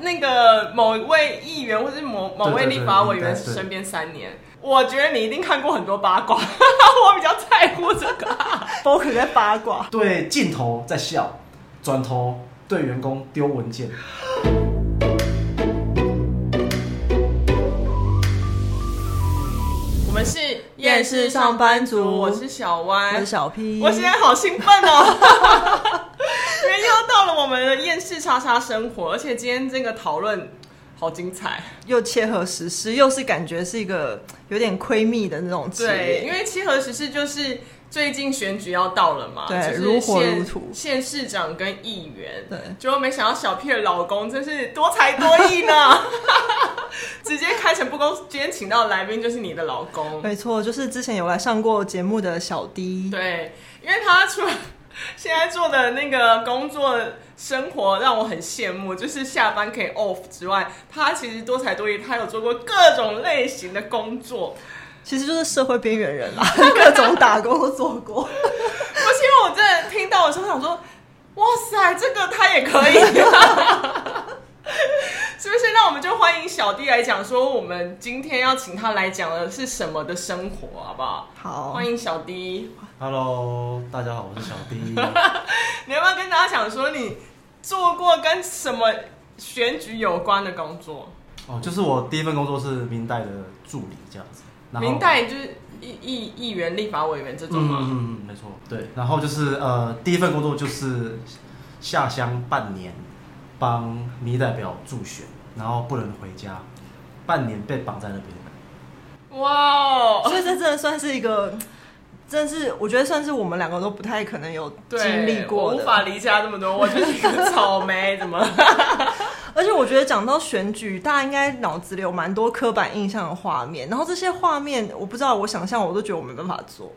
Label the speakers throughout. Speaker 1: 那个某一位议员或是某某位
Speaker 2: 对对
Speaker 1: 立法
Speaker 2: 对
Speaker 1: 委员
Speaker 2: 应该对
Speaker 1: 身边三年，我觉得你一定看过很多八卦， 我比较在乎这个。
Speaker 3: 都可在八卦。
Speaker 2: 对镜头在笑，转头对员工丢文件。
Speaker 1: 我们是
Speaker 3: 厌世上班族
Speaker 1: 我是小歪，
Speaker 3: 我是小 P，
Speaker 1: 哎我现在好兴奋哦， 因为又到了我们的厌世叉叉生活，而且今天这个讨论好精彩。
Speaker 3: 又切合实施，又是感觉是一个有点闺蜜的那种职
Speaker 1: 对，因
Speaker 3: 业。
Speaker 1: 为七和十事就是最近选举要到了嘛，
Speaker 3: 对
Speaker 1: 就是
Speaker 3: 如火
Speaker 1: 县
Speaker 3: 如荼
Speaker 1: 县市长跟议员，
Speaker 3: 对
Speaker 1: 结果没想到小 P 的老公真是多才多艺 呢，直接开诚布公。今天请到的来宾就是你的老公，
Speaker 3: 没错，就是之前有来上过节目的小 D，
Speaker 1: 对，因为他除了现在做的那个工作生活让我很羡慕，就是下班可以 off 之外，他其实多才多艺，他有做过各种类型的工作。
Speaker 3: 其实就是社会边 缘人啦，啊各种打工都做过。
Speaker 1: 不是因为我真的听到的时候想说，哇塞，这个他也 可以、是不是？那我们就欢迎小弟来讲说，我们今天要请他来讲的是什么的生活，好不好？
Speaker 3: 好，
Speaker 1: 欢迎小弟，
Speaker 2: Hello，大家好，我是小 D。
Speaker 1: 你要不要跟大家讲说你做过跟什么选举有关的工作？
Speaker 2: 哦，就是我第一份工作是明代的助理这样子。然后
Speaker 1: 明代就是议议议员、立法委员这种
Speaker 2: 嗯
Speaker 1: 吗？
Speaker 2: 嗯嗯，没错，对。然后就是呃，第一份工作就是下乡半年，帮民意代表助选，然后不能回家，半年被绑在那边。
Speaker 3: 嗯
Speaker 1: 哇哦，
Speaker 3: 所以这真的算是一个，真的是我觉得算是我们两个都不太可能有
Speaker 1: 对
Speaker 3: 经历过
Speaker 1: 我无法
Speaker 3: 的。
Speaker 1: 离家这么多，我就是一个草莓，怎么？
Speaker 3: 而且我觉得讲到选举，大家应该脑子里有蛮多刻板印象的画面，然后这些画面我不知道，我想象我都觉得我没办法做。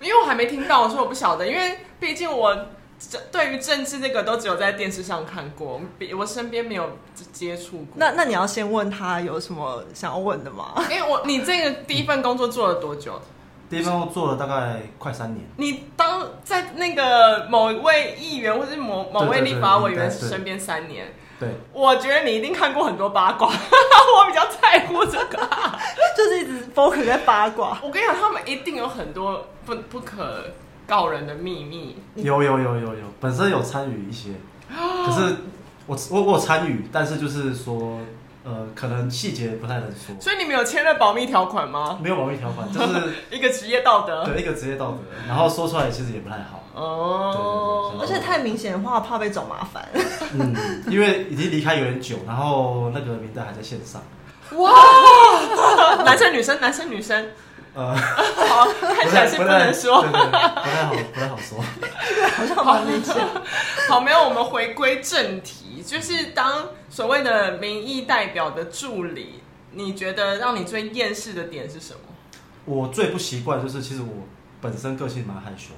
Speaker 1: 因为我还没听到，我说我不晓得，因为毕竟我这对于政治这个都只有在电视上看过，比我身边没有接触过。
Speaker 3: 那那你要先问他有什么想要问的吗？
Speaker 1: 因为我你这个第一份工作做了多久？
Speaker 2: 第一份工作做了大概快三年。
Speaker 1: 你当在那个某一位议员或是某某位
Speaker 2: 对对对
Speaker 1: 立法委员
Speaker 2: 应该对
Speaker 1: 身边三年，
Speaker 2: 对，
Speaker 1: 我觉得你一定看过很多八卦， 我比较在乎这个。
Speaker 3: 就是一直 focus 在八卦。
Speaker 1: 我跟你讲，他们一定有很多不不可告人的秘密。
Speaker 2: 有有有有有，本身有参与一些，
Speaker 1: 啊
Speaker 2: 可是我我我有参与，但是就是说，呃，可能细节不太能说，
Speaker 1: 所以你们有签了保密条款吗？
Speaker 2: 没有保密条款，就是
Speaker 1: 一个职业道德。
Speaker 2: 对一个职业道德，然后说出来其实也不太好，
Speaker 1: 哦，
Speaker 2: 对
Speaker 3: 而且太明显的话，怕被找麻烦。
Speaker 2: 嗯，因为已经离开有点久，然后那个名单还在线上，
Speaker 1: 男生女生，男生女生，
Speaker 2: 呃，
Speaker 1: 好，看起来是不
Speaker 2: 太
Speaker 1: 能说
Speaker 2: 对。对，对不太好，不太好说，
Speaker 3: 好像蛮明显。
Speaker 1: 好，没有，我们回归正题，就是当所谓的民意代表的助理，你觉得让你最厌世的点是什么？
Speaker 2: 我最不习惯就是其实我本身个性蛮害羞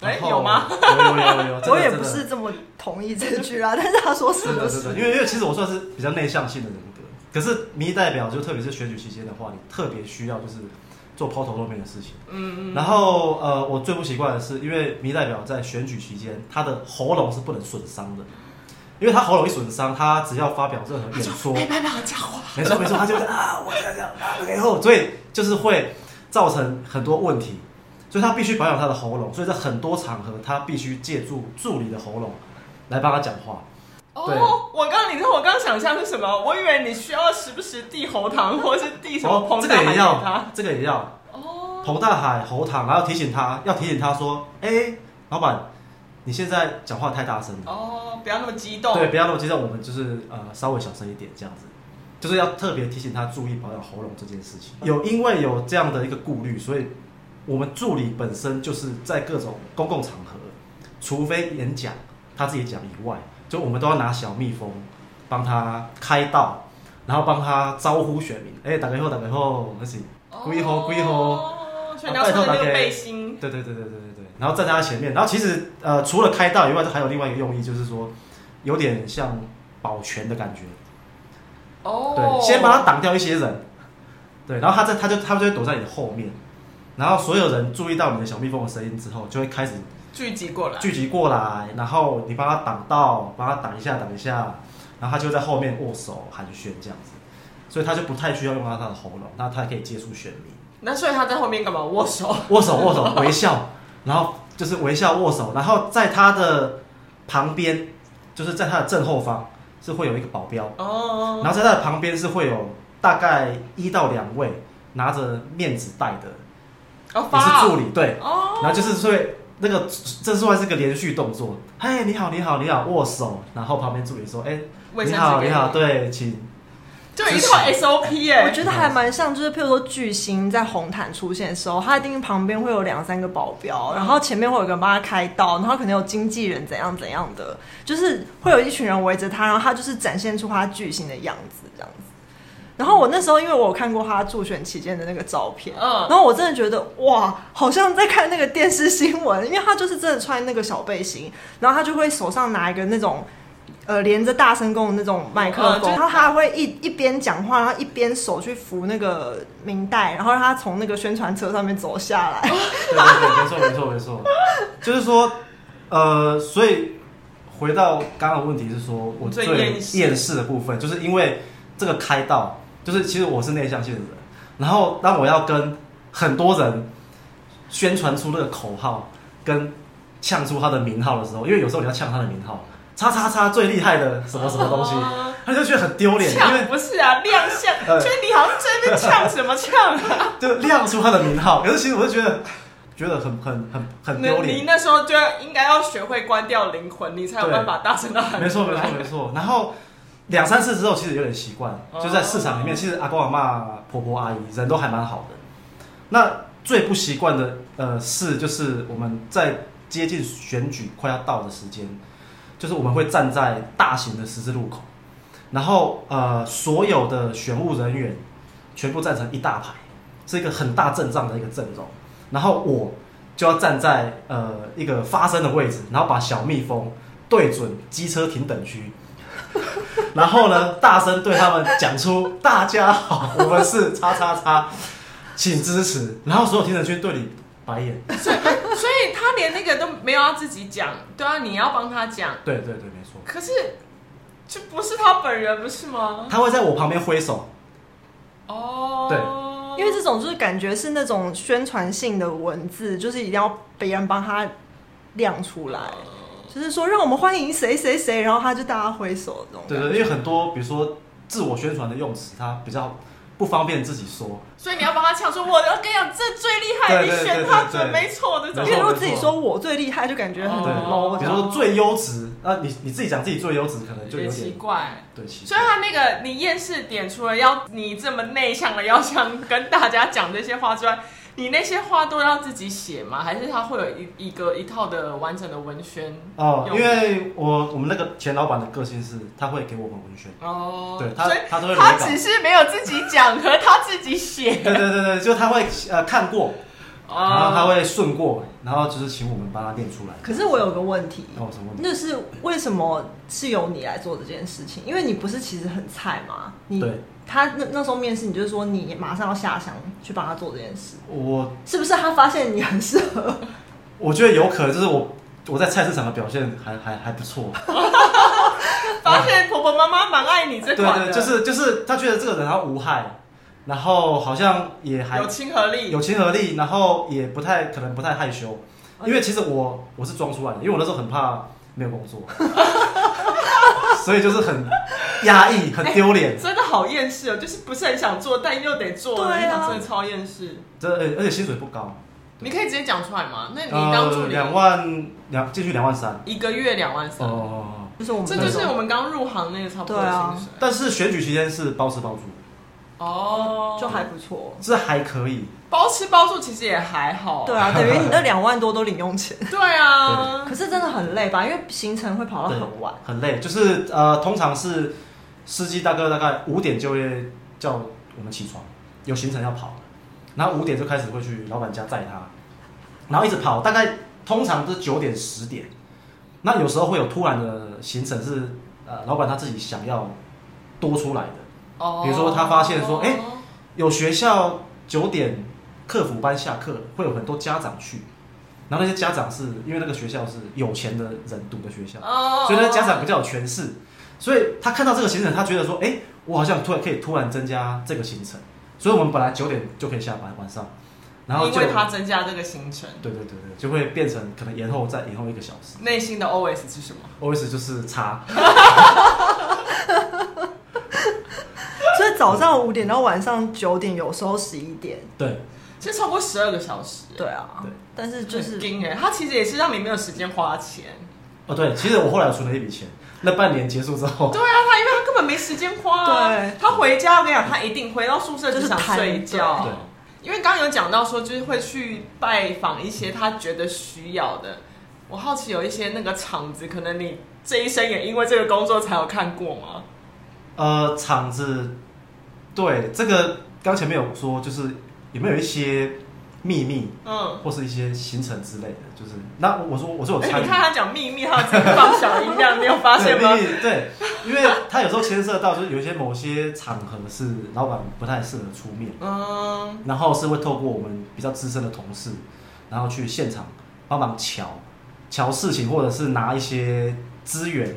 Speaker 2: 的，
Speaker 1: 哎
Speaker 2: 然后
Speaker 1: 有吗？
Speaker 2: 有有有有，真的
Speaker 3: 我也
Speaker 2: 真
Speaker 3: 不
Speaker 2: 的
Speaker 3: 是这么同意这句啊啦，但是他说是
Speaker 2: 真
Speaker 3: 不
Speaker 2: 的真
Speaker 3: 是
Speaker 2: 的，？因为因为其实我算是比较内向性的人格，可是民意代表就特别是选举期间的话，你特别需要就是做抛头露面的事情。
Speaker 1: 嗯，
Speaker 2: 然后呃，我最不习惯的是，因为民意代表在选举期间，他的喉咙是不能损伤的，因为他喉咙一损伤，他只要发表任何演说，
Speaker 1: 没办法，家伙，
Speaker 2: 没错没错，他就是啊，我这样这样啊，然后所以就是会造成很多问题，所以他必须保养他的喉咙，所以在很多场合他必须借助助理的喉咙来帮他讲话。对
Speaker 1: 哦，我刚刚你知道我刚刚想象是什么？我以为你需要时不时递喉糖或是递什么
Speaker 2: 哦，
Speaker 1: 膨
Speaker 2: 这
Speaker 1: 胀
Speaker 2: 个也
Speaker 1: 给
Speaker 2: 要
Speaker 1: 他。，
Speaker 2: 这个也要。
Speaker 1: 哦，
Speaker 2: 彭大海、侯唐，然后提醒他，要提醒他说：“哎、老板，你现在讲话太大声了，
Speaker 1: 哦，不要那么激动。
Speaker 2: 对，不要那么激动，我们就是呃稍微小声一点，这样子，就是要特别提醒他注意保养喉咙这件事情。有因为有这样的一个顾虑，所以我们助理本身就是在各种公共场合，除非演讲他自己讲以外，就我们都要拿小蜜蜂帮他开道。”然后帮他招呼选民，哎，打开后，打开后，那是
Speaker 1: 哦，
Speaker 2: 龟吼龟吼，
Speaker 1: 所以你要穿的那个背心。
Speaker 2: 对对对对对对对，然后站在他前面，然后其实呃，除了开道以外，还有另外一个用意，就是说有点像保全的感觉，
Speaker 1: 哦，
Speaker 2: 对，先帮他挡掉一些人，对，然后他在他就他就会躲在你的后面，然后所有人注意到你的小蜜蜂的声音之后，就会开始
Speaker 1: 聚集过来。
Speaker 2: 聚集过来，然后你帮他挡道，帮他挡一下挡一下，然后他就在后面握手寒暄这样子，所以他就不太需要用到他的喉咙，那他可以接触选民，
Speaker 1: 那所以他在后面干嘛握手？
Speaker 2: 握手握手微笑， 然后就是微笑握手，然后在他的旁边，就是在他的正后方是会有一个保镖，
Speaker 1: 哦，
Speaker 2: 然后在他的旁边是会有大概一到两位拿着面纸袋的，
Speaker 1: 哦，
Speaker 2: 也
Speaker 1: 发
Speaker 2: 是助
Speaker 1: 哦
Speaker 2: 理对，
Speaker 1: 哦，
Speaker 2: 然后就是会那个这算是个连续动作，嘿你好你好你好握手，然后旁边助理说哎
Speaker 1: 卫
Speaker 2: 你
Speaker 1: 生
Speaker 2: 好
Speaker 1: 纸
Speaker 2: 你
Speaker 1: 给
Speaker 2: 好，对，请
Speaker 1: 就一套
Speaker 2: 支
Speaker 1: SOP 哎、
Speaker 3: 我觉得还蛮像，就是譬如说巨星在红毯出现的时候，他一定旁边会有两三个保镖，然后前面会有个人帮他开道，然后可能有经纪人怎样怎样的，就是会有一群人围着他，然后他就是展现出他巨星的样子这样子。然后我那时候因为我有看过他助选期间的那个照片，
Speaker 1: 嗯
Speaker 3: 然后我真的觉得哇，好像在看那个电视新闻，因为他就是真的穿那个小背心，然后他就会手上拿一个那种呃连着大声公的那种麦克
Speaker 1: 嗯就是
Speaker 3: 风，然后他还会一一边讲话，然后一边手去扶那个明带，然后让他从那个宣传车上面走下来。
Speaker 1: 哦
Speaker 2: 对对对，没错没错没错，就是说，呃，所以回到刚刚的问题是说，我
Speaker 1: 最
Speaker 2: 最
Speaker 1: 厌世
Speaker 2: 厌世的部分，就是因为这个开道，就是其实我是内向性的人，然后当我要跟很多人宣传出那个口号，跟呛出他的名号的时候，因为有时候你要呛他的名号，叉叉叉最厉害的什么什么东西，
Speaker 1: 哦
Speaker 2: 他就觉得很丢脸，因为
Speaker 1: 呛不是啊，亮相，
Speaker 2: 呃
Speaker 1: 就是你好像在那边呛什么呛啊？
Speaker 2: 就亮出他的名号，可是其实我就觉得觉得很很很很
Speaker 1: 你
Speaker 2: 丢脸
Speaker 1: 你。那时候就应该要学会关掉灵魂，你才有办法大声到喊
Speaker 2: 没错，
Speaker 1: 出
Speaker 2: 没
Speaker 1: 来
Speaker 2: 错，没错。然后两三次之后，其实有点习惯了，
Speaker 1: 哦
Speaker 2: 就在市场里面，其实阿公阿嬷、婆婆阿姨人都还蛮好的。那最不习惯的呃事，就是我们在接近选举快要到的时间，就是我们会站在大型的十字路口，然后呃所有的选务人员全部站成一大排，是一个很大阵仗的一个阵容。然后我就要站在呃一个发声的位置，然后把小蜜蜂对准机车停等区，然后呢，大声对他们讲出“大家好， 我们是叉叉叉，请支持”，然后所有停等区对你白眼。
Speaker 1: 所以他连那个都没有要自己讲，对啊，你要帮他讲，
Speaker 2: 对对对，没错。
Speaker 1: 可是就不是他本人不是吗？
Speaker 2: 他会在我旁边挥手，
Speaker 1: 哦，
Speaker 3: 因为这种就是感觉是那种宣传性的文字，就是一定要别人帮他亮出来，
Speaker 1: 哦
Speaker 3: 就是说让我们欢迎谁谁谁，然后他就大家挥手这种。
Speaker 2: 对对，因为很多比如说自我宣传的用词，他比较不方便自己说。
Speaker 1: 所以你要帮他呛说，我要跟你讲，这最厉害，
Speaker 2: 对
Speaker 1: 你
Speaker 2: 对
Speaker 1: 选
Speaker 2: 对
Speaker 1: 他
Speaker 2: 对
Speaker 1: 准
Speaker 2: 对
Speaker 1: 没错的，这
Speaker 2: 没
Speaker 3: 因为
Speaker 1: 种
Speaker 2: 错
Speaker 3: 如果自己说我最厉害，就感觉很
Speaker 2: 对
Speaker 3: low
Speaker 1: 哦。
Speaker 2: 比如说最优质，那你你自己讲自己最优质，可能就
Speaker 1: 也
Speaker 2: 有
Speaker 1: 奇
Speaker 2: 点
Speaker 1: 怪。
Speaker 2: 对奇
Speaker 1: 所以
Speaker 2: 怪。
Speaker 1: 他那个你厌世点，除了要你这么内向的要像跟大家讲这些话之外，你那些话都要自己写吗？还是他会有一一个一套的完整的文宣？
Speaker 2: 哦，因为我我们那个前老板的个性是，他会给我们文宣。
Speaker 1: 哦，
Speaker 2: 对他
Speaker 1: 所以
Speaker 2: 他都会
Speaker 1: 他
Speaker 2: 轮岗
Speaker 1: 只是没有自己讲，和他自己 写。
Speaker 2: 对对对对，就他会呃看过，然后啊他
Speaker 1: 哦，
Speaker 2: 会顺过，然后就是请我们帮他念出来。
Speaker 3: 可是我有个问题，
Speaker 2: 那有什么问题？
Speaker 3: 那是为什么是由你来做这件事情？因为你不是其实很菜吗？你
Speaker 2: 对
Speaker 3: 他那那时候面试，你就是说你马上要下乡去帮他做这件事，
Speaker 2: 我
Speaker 3: 是不是？他发现你很适合，
Speaker 2: 我觉得有可能就是我我在菜市场的表现还还还不错。
Speaker 1: 哦发现婆婆妈妈蛮爱你这
Speaker 2: 对
Speaker 1: 款 的，
Speaker 2: 对，就是就是他觉得这个人他无害，然后好像也还
Speaker 1: 有亲和力。
Speaker 2: 有亲和力，然后也不太可能不太害羞，
Speaker 1: 哦
Speaker 2: 因为其实我我是装出来的，因为我那时候很怕没有工 作，所以就是很压抑，
Speaker 1: 哎
Speaker 2: 很丢脸。
Speaker 1: 真的好厌世哦，就是不是很想做，但又得做，
Speaker 3: 对啊
Speaker 1: 那种真的超厌世。
Speaker 2: 这而且薪水不高，
Speaker 1: 你可以直接讲出来吗？那你当助
Speaker 2: 呃
Speaker 1: 理、
Speaker 2: 两万两进去两万三。
Speaker 1: 一个月两万三，
Speaker 2: 哦，
Speaker 3: 就是我们
Speaker 1: 这就是我们刚入行那个差不多
Speaker 3: 对啊
Speaker 1: 的薪水。
Speaker 2: 但是选举期间是包吃包住，
Speaker 1: 哦，
Speaker 3: 就还不错。
Speaker 2: 这还可以。
Speaker 1: 包吃包住，其实也还好。
Speaker 3: 对啊，等于你那两万多都零用钱，
Speaker 1: 对啊，
Speaker 3: 可是真的很累吧？因为行程会跑到
Speaker 2: 对
Speaker 3: 哦很晚，
Speaker 2: 很累，就是呃，通常是司机大哥大概五点就会叫我们起床，有行程要跑，然后五点就开始会去老板家载他，然后一直跑，大概通常是九点十点，那有时候会有突然的行程是呃，老板他自己想要多出来的，
Speaker 1: 哦，
Speaker 2: 比如说他发现说哎有学校九点客服班下课，会有很多家长去，然后那些家长是因为那个学校是有钱的人读的学校，
Speaker 1: 哦，
Speaker 2: 所以那些家长比较有权势，所以他看到这个行程，他觉得说，哎、我好像突然可以突然增加这个行程，所以我们本来九点就可以下班晚上，然后
Speaker 1: 因
Speaker 2: 就
Speaker 1: 为他增加这个行程，
Speaker 2: 对对对对，就会变成可能哦延后再延后一个小时
Speaker 1: 内心的 OS 是什么？
Speaker 2: ，OS 就是差，
Speaker 3: 所以早上五点到晚上九点，有时候十一点，
Speaker 2: 对
Speaker 1: 其实超过十二个小时，
Speaker 3: 对啊
Speaker 2: 对，
Speaker 3: 但是就是
Speaker 1: 很惊人。他其实也是让你没有时间花钱。
Speaker 2: 哦对，其实我后来有存了一笔钱，那半年结束之后，
Speaker 1: 对啊，他因为他根本没时间花、啊。
Speaker 3: 对
Speaker 1: 他回家我跟你讲，他一定回到宿舍
Speaker 3: 就是
Speaker 1: 想
Speaker 3: 瘫
Speaker 1: 睡
Speaker 3: 对
Speaker 1: 觉
Speaker 2: 对。
Speaker 1: 因为刚刚有讲到说，就是会去拜访一些他觉得需要的。我好奇有一些那个场子，可能你这一生也因为这个工作才有看过吗？
Speaker 2: 呃，厂子，对这个刚前面有说，就是有没有一些秘密
Speaker 1: 嗯，
Speaker 2: 或是一些行程之类的，就是那我我说我说我
Speaker 1: 哎
Speaker 2: 参
Speaker 1: 你
Speaker 2: 与
Speaker 1: 看。他讲秘密，他有自己放小音量，你有发
Speaker 2: 对
Speaker 1: 现吗
Speaker 2: 秘？密对，因为他有时候牵涉到，就是有一些某些场合是老板不太适合出面，
Speaker 1: 嗯，
Speaker 2: 然后是会透过我们比较资深的同事，然后去现场帮忙瞧瞧事情，或者是拿一些资源、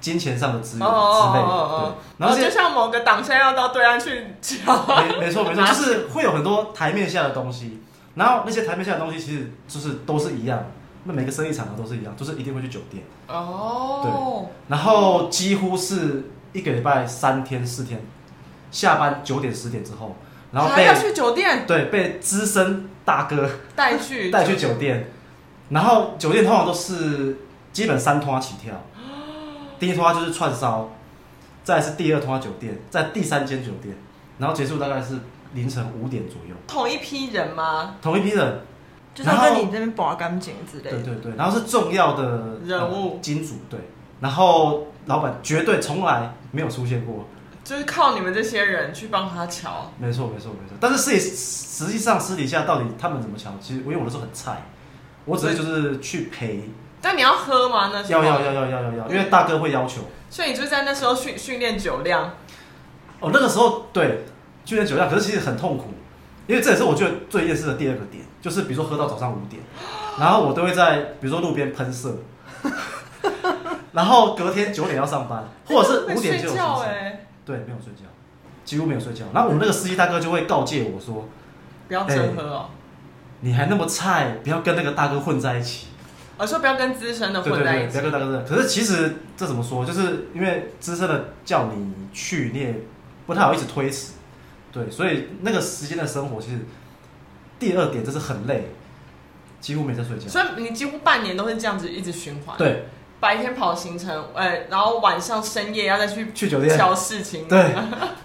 Speaker 2: 金钱上的资
Speaker 1: 哦
Speaker 2: 源之类的。对，然
Speaker 1: 然后
Speaker 2: 后这
Speaker 1: 哦就
Speaker 2: 些
Speaker 1: 像某个党现在要到对岸去交，
Speaker 2: 没没错 没错，就是会有很多台面下的东西，然后那些台面下的东西其实就是都是一样，那每个生意场合都是一样，就是一定会去酒店，
Speaker 1: 哦，
Speaker 2: 然后几乎是一个礼拜三天四天，下班九点十点之后，然后
Speaker 1: 还
Speaker 2: 被
Speaker 1: 要去酒店
Speaker 2: 对被资深大哥
Speaker 1: 带去
Speaker 2: 带去酒店，然后酒店通常都是基本三通起跳，第一通就是串烧，再来是第二通酒店，在第三间酒店，然后结束大概是凌晨五点左右。
Speaker 1: 同一批人吗？
Speaker 2: 同一批人，
Speaker 3: 就是要跟你这边保干净之类
Speaker 2: 对
Speaker 3: 的。
Speaker 2: 对对，然后是重要的
Speaker 1: 人物
Speaker 2: 呃金主，对，然后老板绝对从来没有出现过，
Speaker 1: 就是靠你们这些人去帮他瞧。
Speaker 2: 没错没错没错，但是实实际上私底下到底他们怎么瞧，其实因为我那时候很菜，我只是就是去陪，
Speaker 1: 但你要喝吗？那时
Speaker 2: 要
Speaker 1: 候
Speaker 2: 要要要要要要，因为大哥会要求，
Speaker 1: 所以你就在那时候训训练酒量。
Speaker 2: 哦那个时候对，去年酒量，可是其实很痛苦，因为这也是我觉得最厌世的第二个点，就是比如说喝到早上五点，然后我都会在比如说路边喷射。 然后隔天九点要上班，或者是五点
Speaker 1: 睡
Speaker 2: 就有行
Speaker 1: 觉
Speaker 2: 程。
Speaker 1: 哎、
Speaker 2: 对，没有睡觉，几乎没有睡觉。然后我们那个司机大哥就会告诫我说
Speaker 1: 不要真喝哦、：“
Speaker 2: 哎你还那么菜，不要跟那个大哥混在一起。
Speaker 1: 我哦说不要跟资深”的
Speaker 2: 对对
Speaker 1: 混在
Speaker 2: 对，
Speaker 1: 一
Speaker 2: 不
Speaker 1: 起
Speaker 2: 要。跟大哥混。可是其实这怎么说，就是因为资深的叫你去，你也不太好意思推辞。对，所以那个时间的生活，其实第二点就是很累，几乎没在睡觉。
Speaker 1: 所以你几乎半年都是这样子一直循环。，
Speaker 2: 对，
Speaker 1: 白天跑行程，哎、然后晚上深夜要再去
Speaker 2: 去酒店
Speaker 1: 瞧事情。
Speaker 2: 对，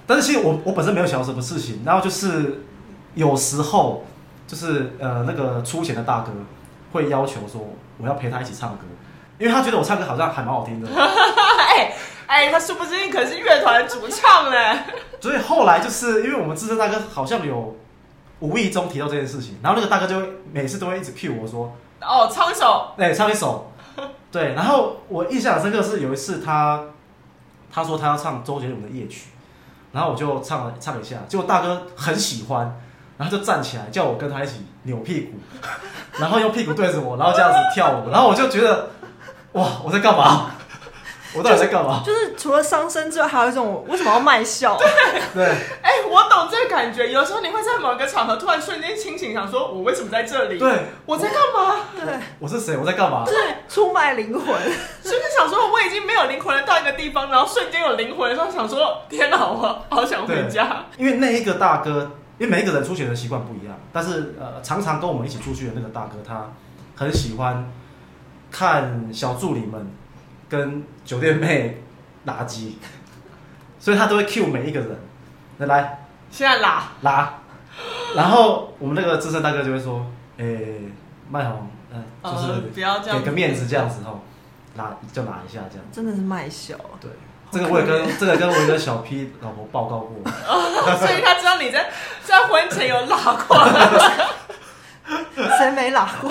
Speaker 2: 但是其实我我本身没有想到什么事情，然后就是有时候就是呃那个出钱的大哥会要求说我要陪他一起唱歌，因为他觉得我唱歌好像还蛮好听的，
Speaker 1: 哎哎、他殊不知你可是乐团主唱嘞、
Speaker 2: 所以后来就是因为我们资深大哥好像有无意中提到这件事情，然后那个大哥就会每次都会一直 cue 我说，
Speaker 1: 哦，唱一首，
Speaker 2: 哎、唱一首，对，然后我印象很深刻是有一次他他说他要唱周杰伦的夜曲，然后我就唱了唱了一下，结果大哥很喜欢，然后就站起来叫我跟他一起扭屁股， 然后用屁股对着我，然后这样子跳舞，然后我就觉得哇，我在干嘛？我到底在干 嘛？
Speaker 3: 就是除了伤身之外，还有一种为什么要卖笑？
Speaker 2: 对，
Speaker 1: 哎、我懂这个感觉。有时候你会在某个场合突然瞬间清醒，想说我为什么在这里？
Speaker 2: 对，
Speaker 1: 我在干嘛？
Speaker 3: 对，
Speaker 2: 我是谁？我在干嘛？
Speaker 3: 就是出卖灵魂。
Speaker 1: 就是想说我已经没有灵魂了，到一个地方，然后瞬间有灵魂的时候，想说天哪，我好想回家。
Speaker 2: 因为那一个大哥，因为每一个人出钱的习惯不一样，但是呃，常常跟我们一起出去的那个大哥，他很喜欢看小助理们跟酒店妹拉鸡， 所以他都会 cue 每一个人，那来
Speaker 1: 现在 啦，
Speaker 2: 拉，然后我们那个资深大哥就会说，诶、麦红，嗯、呃，就是、
Speaker 1: 呃不要这样
Speaker 2: 给个面子这样子吼，拉就拉一下这样。
Speaker 3: 真的是卖笑，啊
Speaker 2: 对，这个我 也跟这个跟我一个小 P 老婆报告过。
Speaker 1: 所以他知道你在 在婚前有拉过，
Speaker 3: 谁没拉过？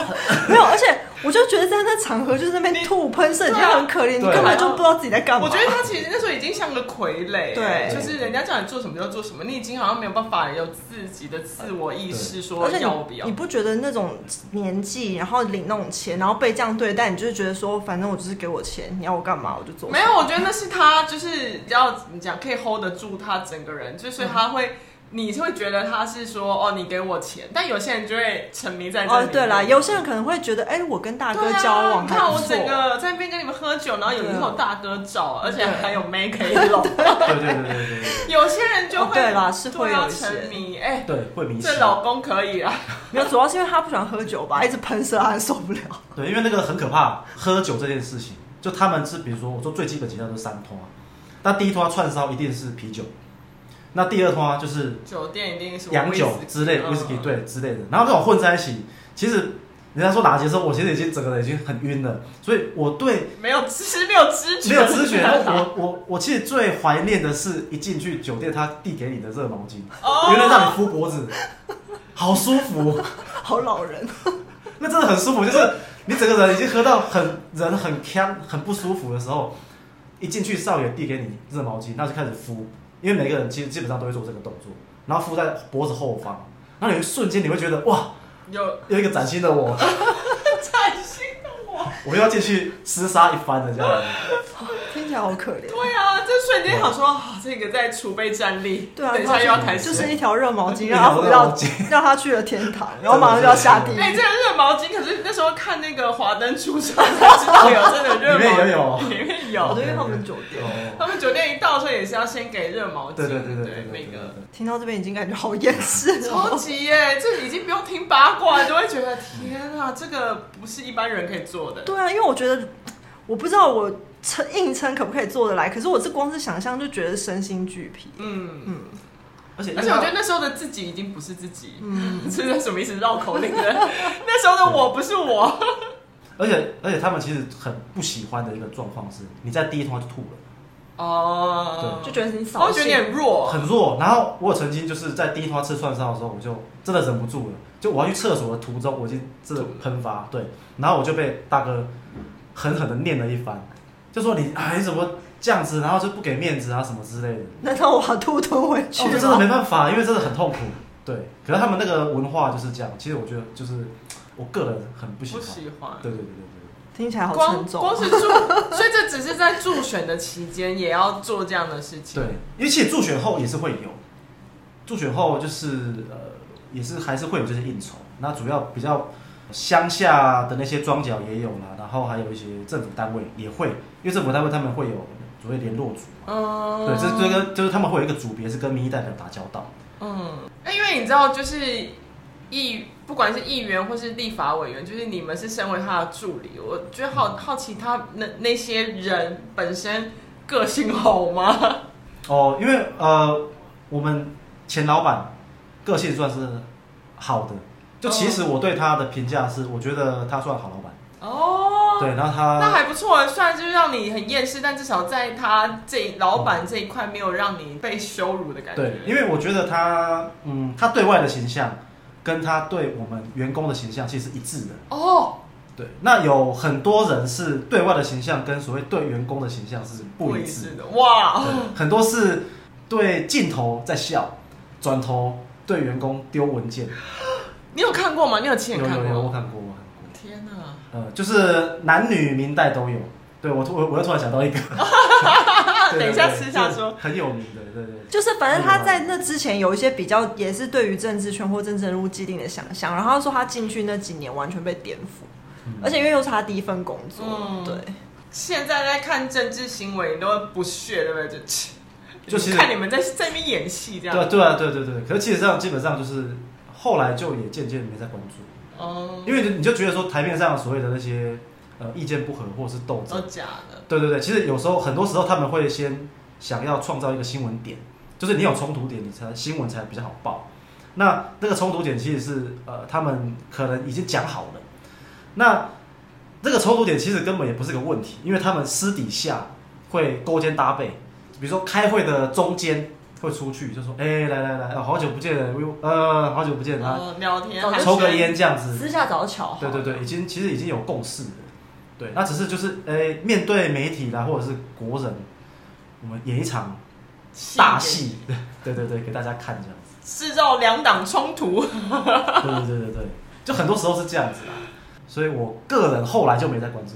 Speaker 3: 没有，而且我就觉得在那场合就是在那边吐喷射，你
Speaker 1: 对啊
Speaker 3: 很可怜，你
Speaker 2: 对
Speaker 3: 根本就不知道自己在干嘛。
Speaker 1: 我觉得他其实那时候已经像个傀儡，
Speaker 3: 对
Speaker 1: 就是人家叫你做什么就做什么，你已经好像没有办法有自己的自我意识，说
Speaker 3: 而且
Speaker 1: 要不
Speaker 3: 你
Speaker 1: 要
Speaker 3: 你。不觉得那种年纪，然后领那种钱，然后被这样对待，你就是觉得说，反正我就是给我钱，你要我干嘛我就做。
Speaker 1: 没有，，我觉得那是他就是要怎么讲，可以 hold 得住他整个人，就是所以他会，你是会觉得他是说哦，你给我钱，但有些人就会沉迷在这里
Speaker 3: 哦，
Speaker 1: 面。
Speaker 3: 对啦，有些人可能会觉得，哎，我跟大
Speaker 1: 对
Speaker 3: 哥
Speaker 1: 啊
Speaker 3: 交往
Speaker 1: 你
Speaker 3: 还
Speaker 1: 看
Speaker 3: 不
Speaker 1: 我
Speaker 3: 错
Speaker 1: 整。个在那边跟你们喝酒，然后有一
Speaker 3: 对啊
Speaker 1: 套大哥照，而且还有妹可以搂。
Speaker 2: 对对对对对对
Speaker 1: 有些人就
Speaker 3: 哦
Speaker 1: 会
Speaker 3: 对啦是会
Speaker 1: 对啊
Speaker 3: 有一些
Speaker 1: 沉迷，哎，
Speaker 2: 对，会迷失
Speaker 1: 这。老公可以啊。
Speaker 3: 没有，主要是因为他不喜欢喝酒吧，一直喷射，他受不了。
Speaker 2: 对，因为那个很可怕，喝酒这件事情，就他们是比如说，我说最基本情况就是三通啊，那第一通啊串烧一定是啤酒，那第二通啊就是
Speaker 1: 酒店一定是
Speaker 2: 洋酒之类
Speaker 1: 嗯
Speaker 2: whisky 对之类的，然后这种混在一起，其实人家说打结的时候，我其实已经整个人已经很晕了，所以我对
Speaker 1: 没有知没有知觉，
Speaker 2: 没有 知觉。然后我我我其实最怀念的是一进去酒店他递给你的热毛巾，
Speaker 1: 哦
Speaker 2: 原来让你敷脖子，好舒服，
Speaker 3: 好老人，
Speaker 2: 那真的很舒服，就是你整个人已经喝到很人很呛很不舒服的时候，一进去少爷递给你热毛巾，那就开始敷，因为每个人其实基本上都会做这个动作，然后敷在脖子后方，然后有一瞬间你会觉得哇。
Speaker 1: 有
Speaker 2: 有一个崭新的我，
Speaker 1: 崭新的我。
Speaker 2: 我又要进去厮杀一番了，这样。
Speaker 3: 听起来好可怜。
Speaker 1: 对啊，这瞬间想说，啊，这个在储备战力，
Speaker 3: 对啊，
Speaker 1: 等一下又要抬
Speaker 3: 就
Speaker 1: 起
Speaker 3: 是
Speaker 1: 来。
Speaker 3: 一条热毛巾，让他回
Speaker 2: 一条热毛
Speaker 3: 到
Speaker 2: 巾
Speaker 3: 让他去了天堂，然后马上就要下地
Speaker 1: 哎、
Speaker 3: 狱。
Speaker 1: 这个热毛巾，可是那时候看那个《华灯初上》才知道有这个热毛巾，
Speaker 2: 里面
Speaker 1: 里面
Speaker 2: 也有
Speaker 3: 我
Speaker 1: 有
Speaker 3: 都。因为他们酒店。
Speaker 1: 他
Speaker 2: 哦，
Speaker 1: 们酒店一到的时候也是要先给热毛巾，
Speaker 2: 对对对对对
Speaker 1: 每
Speaker 2: 对
Speaker 1: 个
Speaker 2: 对。
Speaker 3: 听到这边已经感觉好厌世
Speaker 1: 超
Speaker 3: 了。
Speaker 1: 级耶，这已经不用听八卦，就会觉得天啊，这个不是一般人可以做的。
Speaker 3: 对啊，因为我觉得我不知道我撑硬撑可不可以做得来，可是我这光是想象就觉得身心俱疲。
Speaker 1: 嗯。
Speaker 2: 而且
Speaker 1: 而
Speaker 2: 而
Speaker 1: 且
Speaker 2: 且
Speaker 1: 我
Speaker 2: 我
Speaker 1: 觉得
Speaker 2: 觉得，
Speaker 1: 那时候的自己已经不是自己，嗯，是在什么意思？绕口令的， 那时候的我不是我，
Speaker 2: 而且而且他们其实很不喜欢的一个状况是，你在第一通就吐了，
Speaker 1: 哦，
Speaker 3: 就觉得你
Speaker 1: 我
Speaker 3: 扫
Speaker 1: 会觉得你
Speaker 3: 兴。
Speaker 1: 很弱，
Speaker 2: 哦很弱。然后我有曾经就是在第一通吃串烧的时候，我就真的忍不住了，就我要去厕所的途中，我已经真的喷发，对，然后我就被大哥狠狠的念了一番，就说你哎你怎么这样子，然后就不给面子啊什么之类的。
Speaker 3: 难道我把吐吞回去
Speaker 2: 哦，这真的
Speaker 3: 吗？
Speaker 2: 没办法，因为真的很痛苦。对，可是他们那个文化就是这样。其实我觉得就是我个人很不喜
Speaker 1: 不
Speaker 2: 欢。
Speaker 1: 喜欢。
Speaker 2: 对对对对
Speaker 3: 听起来好
Speaker 1: 光
Speaker 3: 沉
Speaker 1: 光
Speaker 3: 重。
Speaker 1: 是助， 所以这只是在助选的期间也要做这样的事情。
Speaker 2: 对对，因为其实助选后也是会有，助选后就是呃也是还是会有这些应酬。那主要比较乡下的那些庄脚也有啦，然后还有一些政府单位也会，因为政府单位他们会有所谓联络组。
Speaker 1: 嗯，
Speaker 2: 对，这这个就是他们会有一个组别是跟民意代表打交道。
Speaker 1: 嗯，那因为你知道，就是议不管是议员或是立法委员，就是你们是身为他的助理，我觉得好好奇他那那些人本身个性好 吗？
Speaker 2: 哦，因为呃，我们前老板个性算是好的，就其实我对他的评价是，我觉得他算好老板。
Speaker 1: 哦，
Speaker 2: 对，然
Speaker 1: 那
Speaker 2: 后他
Speaker 1: 还不错，虽然就是让你很厌世，但至少在他这老板这一块没有让你被羞辱的感觉。
Speaker 2: 对，因为我觉得他嗯，他对外的形象跟他对我们员工的形象其实是一致的。
Speaker 1: 哦，
Speaker 2: 对，那有很多人是对外的形象跟所谓对员工的形象是不一致的。
Speaker 1: 的哇，
Speaker 2: 对很多是对镜头在笑，转头对员工丢文件。
Speaker 1: 你有看过吗？你有
Speaker 2: 有
Speaker 1: 亲
Speaker 2: 有
Speaker 1: 眼看过
Speaker 2: 有，我
Speaker 1: 吗？
Speaker 2: 看过，我看过。
Speaker 1: 天哪、
Speaker 2: 呃，就是男女明代都有。对我突我我又突然想到 一个，对
Speaker 1: 等一下
Speaker 2: 对对
Speaker 1: 私下
Speaker 2: 就
Speaker 1: 说
Speaker 2: 很有名的，对对对，
Speaker 3: 就是反正他在那之前有一些比较，也是对于政治圈或政治人物既定的想象。然后他说他进去那几年完全被颠覆，而且因为又是他第一份工作，
Speaker 1: 嗯
Speaker 3: 对，
Speaker 1: 现在在看政治新闻，你都会不屑，对不对？就 切
Speaker 2: 就其实
Speaker 1: 看你们在在那边演戏这
Speaker 2: 对
Speaker 1: 样。
Speaker 2: 啊对啊对对对，可是其实上基本上就是后来就也渐渐没在关注，
Speaker 1: 哦，
Speaker 2: 因为你就觉得说台面上所谓的那些呃意见不合或是斗
Speaker 1: 都
Speaker 2: 争，
Speaker 1: 假的。
Speaker 2: 对对对，其实有时候很多时候他们会先想要创造一个新闻点，就是你有冲突点，你才新闻才比较好报。那那个冲突点其实是呃，他们可能已经讲好了。那这个冲突点其实根本也不是个问题，因为他们私底下会勾肩搭背，比如说开会的中间会出去就说，哎、来来来，哦好久不见了，我呃，好久不见了，
Speaker 1: 呃，聊天
Speaker 3: 早就
Speaker 1: 寒
Speaker 2: 抽个
Speaker 1: 暄
Speaker 2: 烟这样子，
Speaker 3: 私下早就巧好。
Speaker 2: 对对对，已经其实已经有共识了。对，那只是就是诶、面对媒体啦，或者是国人，我们演一场大戏， 对对对，给大家看这样子。
Speaker 1: 制造两党冲突。
Speaker 2: 对对对对对，就很多时候是这样子啦。所以我个人后来就没再关注，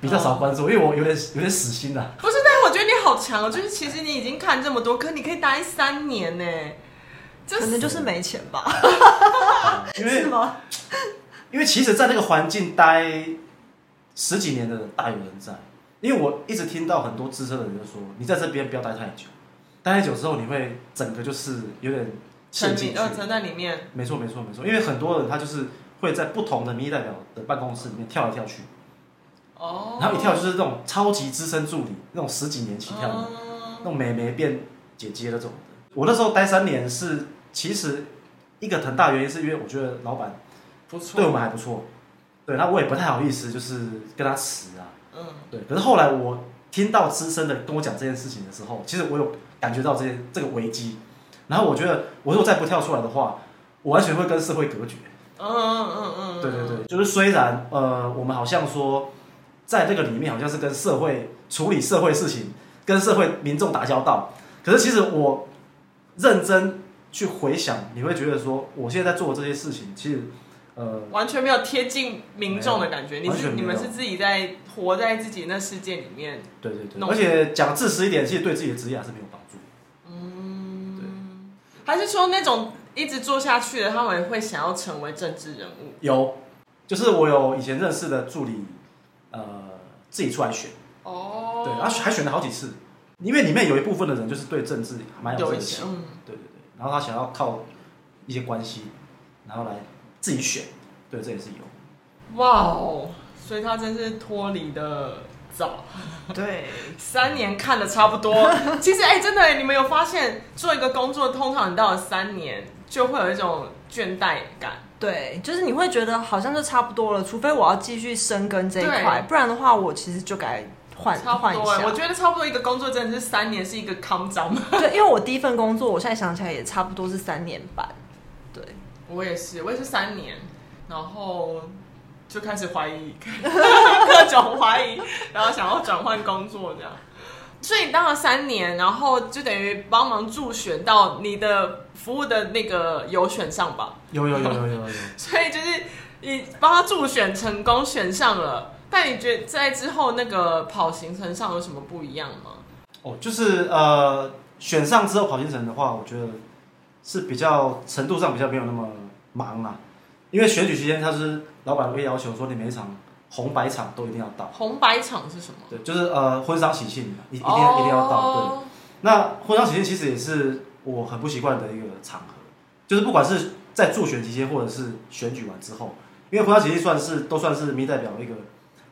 Speaker 2: 比较少
Speaker 3: 哦
Speaker 2: 关注，因为我有点有点死心 啦。
Speaker 1: 不是，但是我觉得你好强哦，就是其实你已经看这么多，可你可以待三年呢，这
Speaker 3: 可能就是没钱吧？
Speaker 2: 因为
Speaker 3: 是吗？
Speaker 2: 因为其实，在那个环境待十几年的人大有人在，因为我一直听到很多资深的人就说，你在这边不要待太久，待太久之后你会整个就是有点
Speaker 1: 沉
Speaker 2: 陷进
Speaker 1: 迷
Speaker 2: 去。
Speaker 1: 呃沉在里面，
Speaker 2: 没错，没错，没错，因为很多人他就是会在不同的民意代表的办公室里面跳来跳去，
Speaker 1: 哦，
Speaker 2: 然后一跳就是那种超级资深助理，那种十几年起跳的，那
Speaker 1: 哦
Speaker 2: 种美眉变姐姐那种的。我那时候待三年是，其实一个很大原因是因为我觉得老板
Speaker 1: 不错，
Speaker 2: 对我们还不错，对，那我也不太好意思就是跟他辞啊，
Speaker 1: 嗯，
Speaker 2: 对。可是后来我听到资深的跟我讲这件事情的时候，其实我有感觉到这件这个危机，然后我觉得我如果再不跳出来的话，我完全会跟社会隔绝。
Speaker 1: 嗯嗯嗯嗯，
Speaker 2: 对对对，就是虽然呃，我们好像说在这个里面好像是跟社会处理社会事情、跟社会民众打交道，可是其实我认真去回想，你会觉得说，我现在在做的这些事情，其实呃，
Speaker 1: 完全没有贴近民众的感觉，
Speaker 2: 没
Speaker 1: 你
Speaker 2: 有
Speaker 1: 是
Speaker 2: 完全没
Speaker 1: 你
Speaker 2: 有
Speaker 1: 们是自己在活在自己那世界里面，
Speaker 2: 对对对，
Speaker 1: 弄
Speaker 2: 而且讲自私一点，其实对自己的职业还是没有帮助。
Speaker 1: 嗯，还是说那种一直做下去的，他们会想要成为政治人物？
Speaker 2: 有，就是我有以前认识的助理，呃，自己出来选，
Speaker 1: 哦，
Speaker 2: 对，然后还选了好几次，因为里面有一部分的人就是对政治蛮有
Speaker 1: 有
Speaker 2: 热
Speaker 1: 一
Speaker 2: 情
Speaker 1: 些，。嗯，
Speaker 2: 对对对，然后他想要靠一些关系，然后来自己选，对，这也是有。
Speaker 1: 哇哦，所以他真是脱离的早。
Speaker 3: 对，
Speaker 1: 三年看的差不 多。其实哎、真的、你们有发现，做一个工作，通常你到了三年，就会有一种倦怠感。
Speaker 3: 对，就是你会觉得好像就差不多了，除非我要继续深耕这一块，
Speaker 1: 对
Speaker 3: 不然的话，我其实就该换
Speaker 1: 差不
Speaker 3: 换一
Speaker 1: 多、哎，我
Speaker 3: 下。
Speaker 1: 觉得差不多一个工作真的是三年是一个康张。
Speaker 3: 对，因为我第一份工作，我现在想起来也差不多是三年半。对，
Speaker 1: 我也是，我也是三年，然后就开始怀疑， 各种怀疑，然后想要转换工作这样。所以你当了三年，然后就等于帮忙助选到你的服务的那个有选上吧。
Speaker 2: 有有有有有有，
Speaker 1: 所以就是你帮他助选成功选上了，但你觉得在之后那个跑行程上有什么不一样吗？
Speaker 2: 哦，就是呃，选上之后跑行程的话，我觉得是比较程度上比较没有那么忙啦，因为选举期间他是老板会要求说你每一场红白场都一定要到，
Speaker 1: 红白场是什么？
Speaker 2: 对，就是呃婚丧喜庆一一定要、一定要到，对。
Speaker 1: 哦
Speaker 2: 那婚丧喜庆其实也是我很不习惯的一个场合，就是不管是在助选期间，或者是选举完之后，因为婚丧喜庆算是都算是民代表一个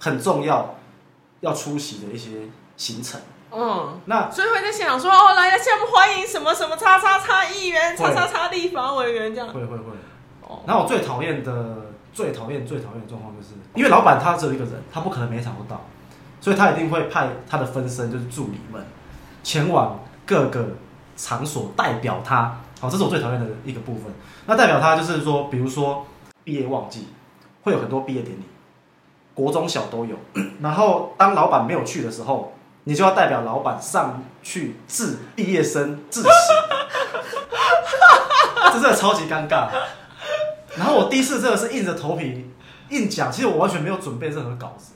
Speaker 2: 很重要要出席的一些行程。
Speaker 1: 嗯。
Speaker 2: 那
Speaker 1: 所以会在现场说哦，来，现在我们欢迎什么什么叉叉叉议员、
Speaker 2: 会
Speaker 1: 叉叉叉立法委员这样。
Speaker 2: 会会会。
Speaker 1: 哦，
Speaker 2: 然后我最讨厌的、最讨厌、最讨厌的状况就是，因为老板他只有一个人，他不可能每一场都到，所以他一定会派他的分身，就是助理们前往各个场所代表他。好，这是我最讨厌的一个部分。那代表他就是说，比如说毕业旺季，会有很多毕业典礼，国中小都有。 然后当老板没有去的时候，你就要代表老板上去致毕业生致喜， 这真的超级尴尬。然后我第一次真的是硬着头皮硬讲，其实我完全没有准备任何稿子。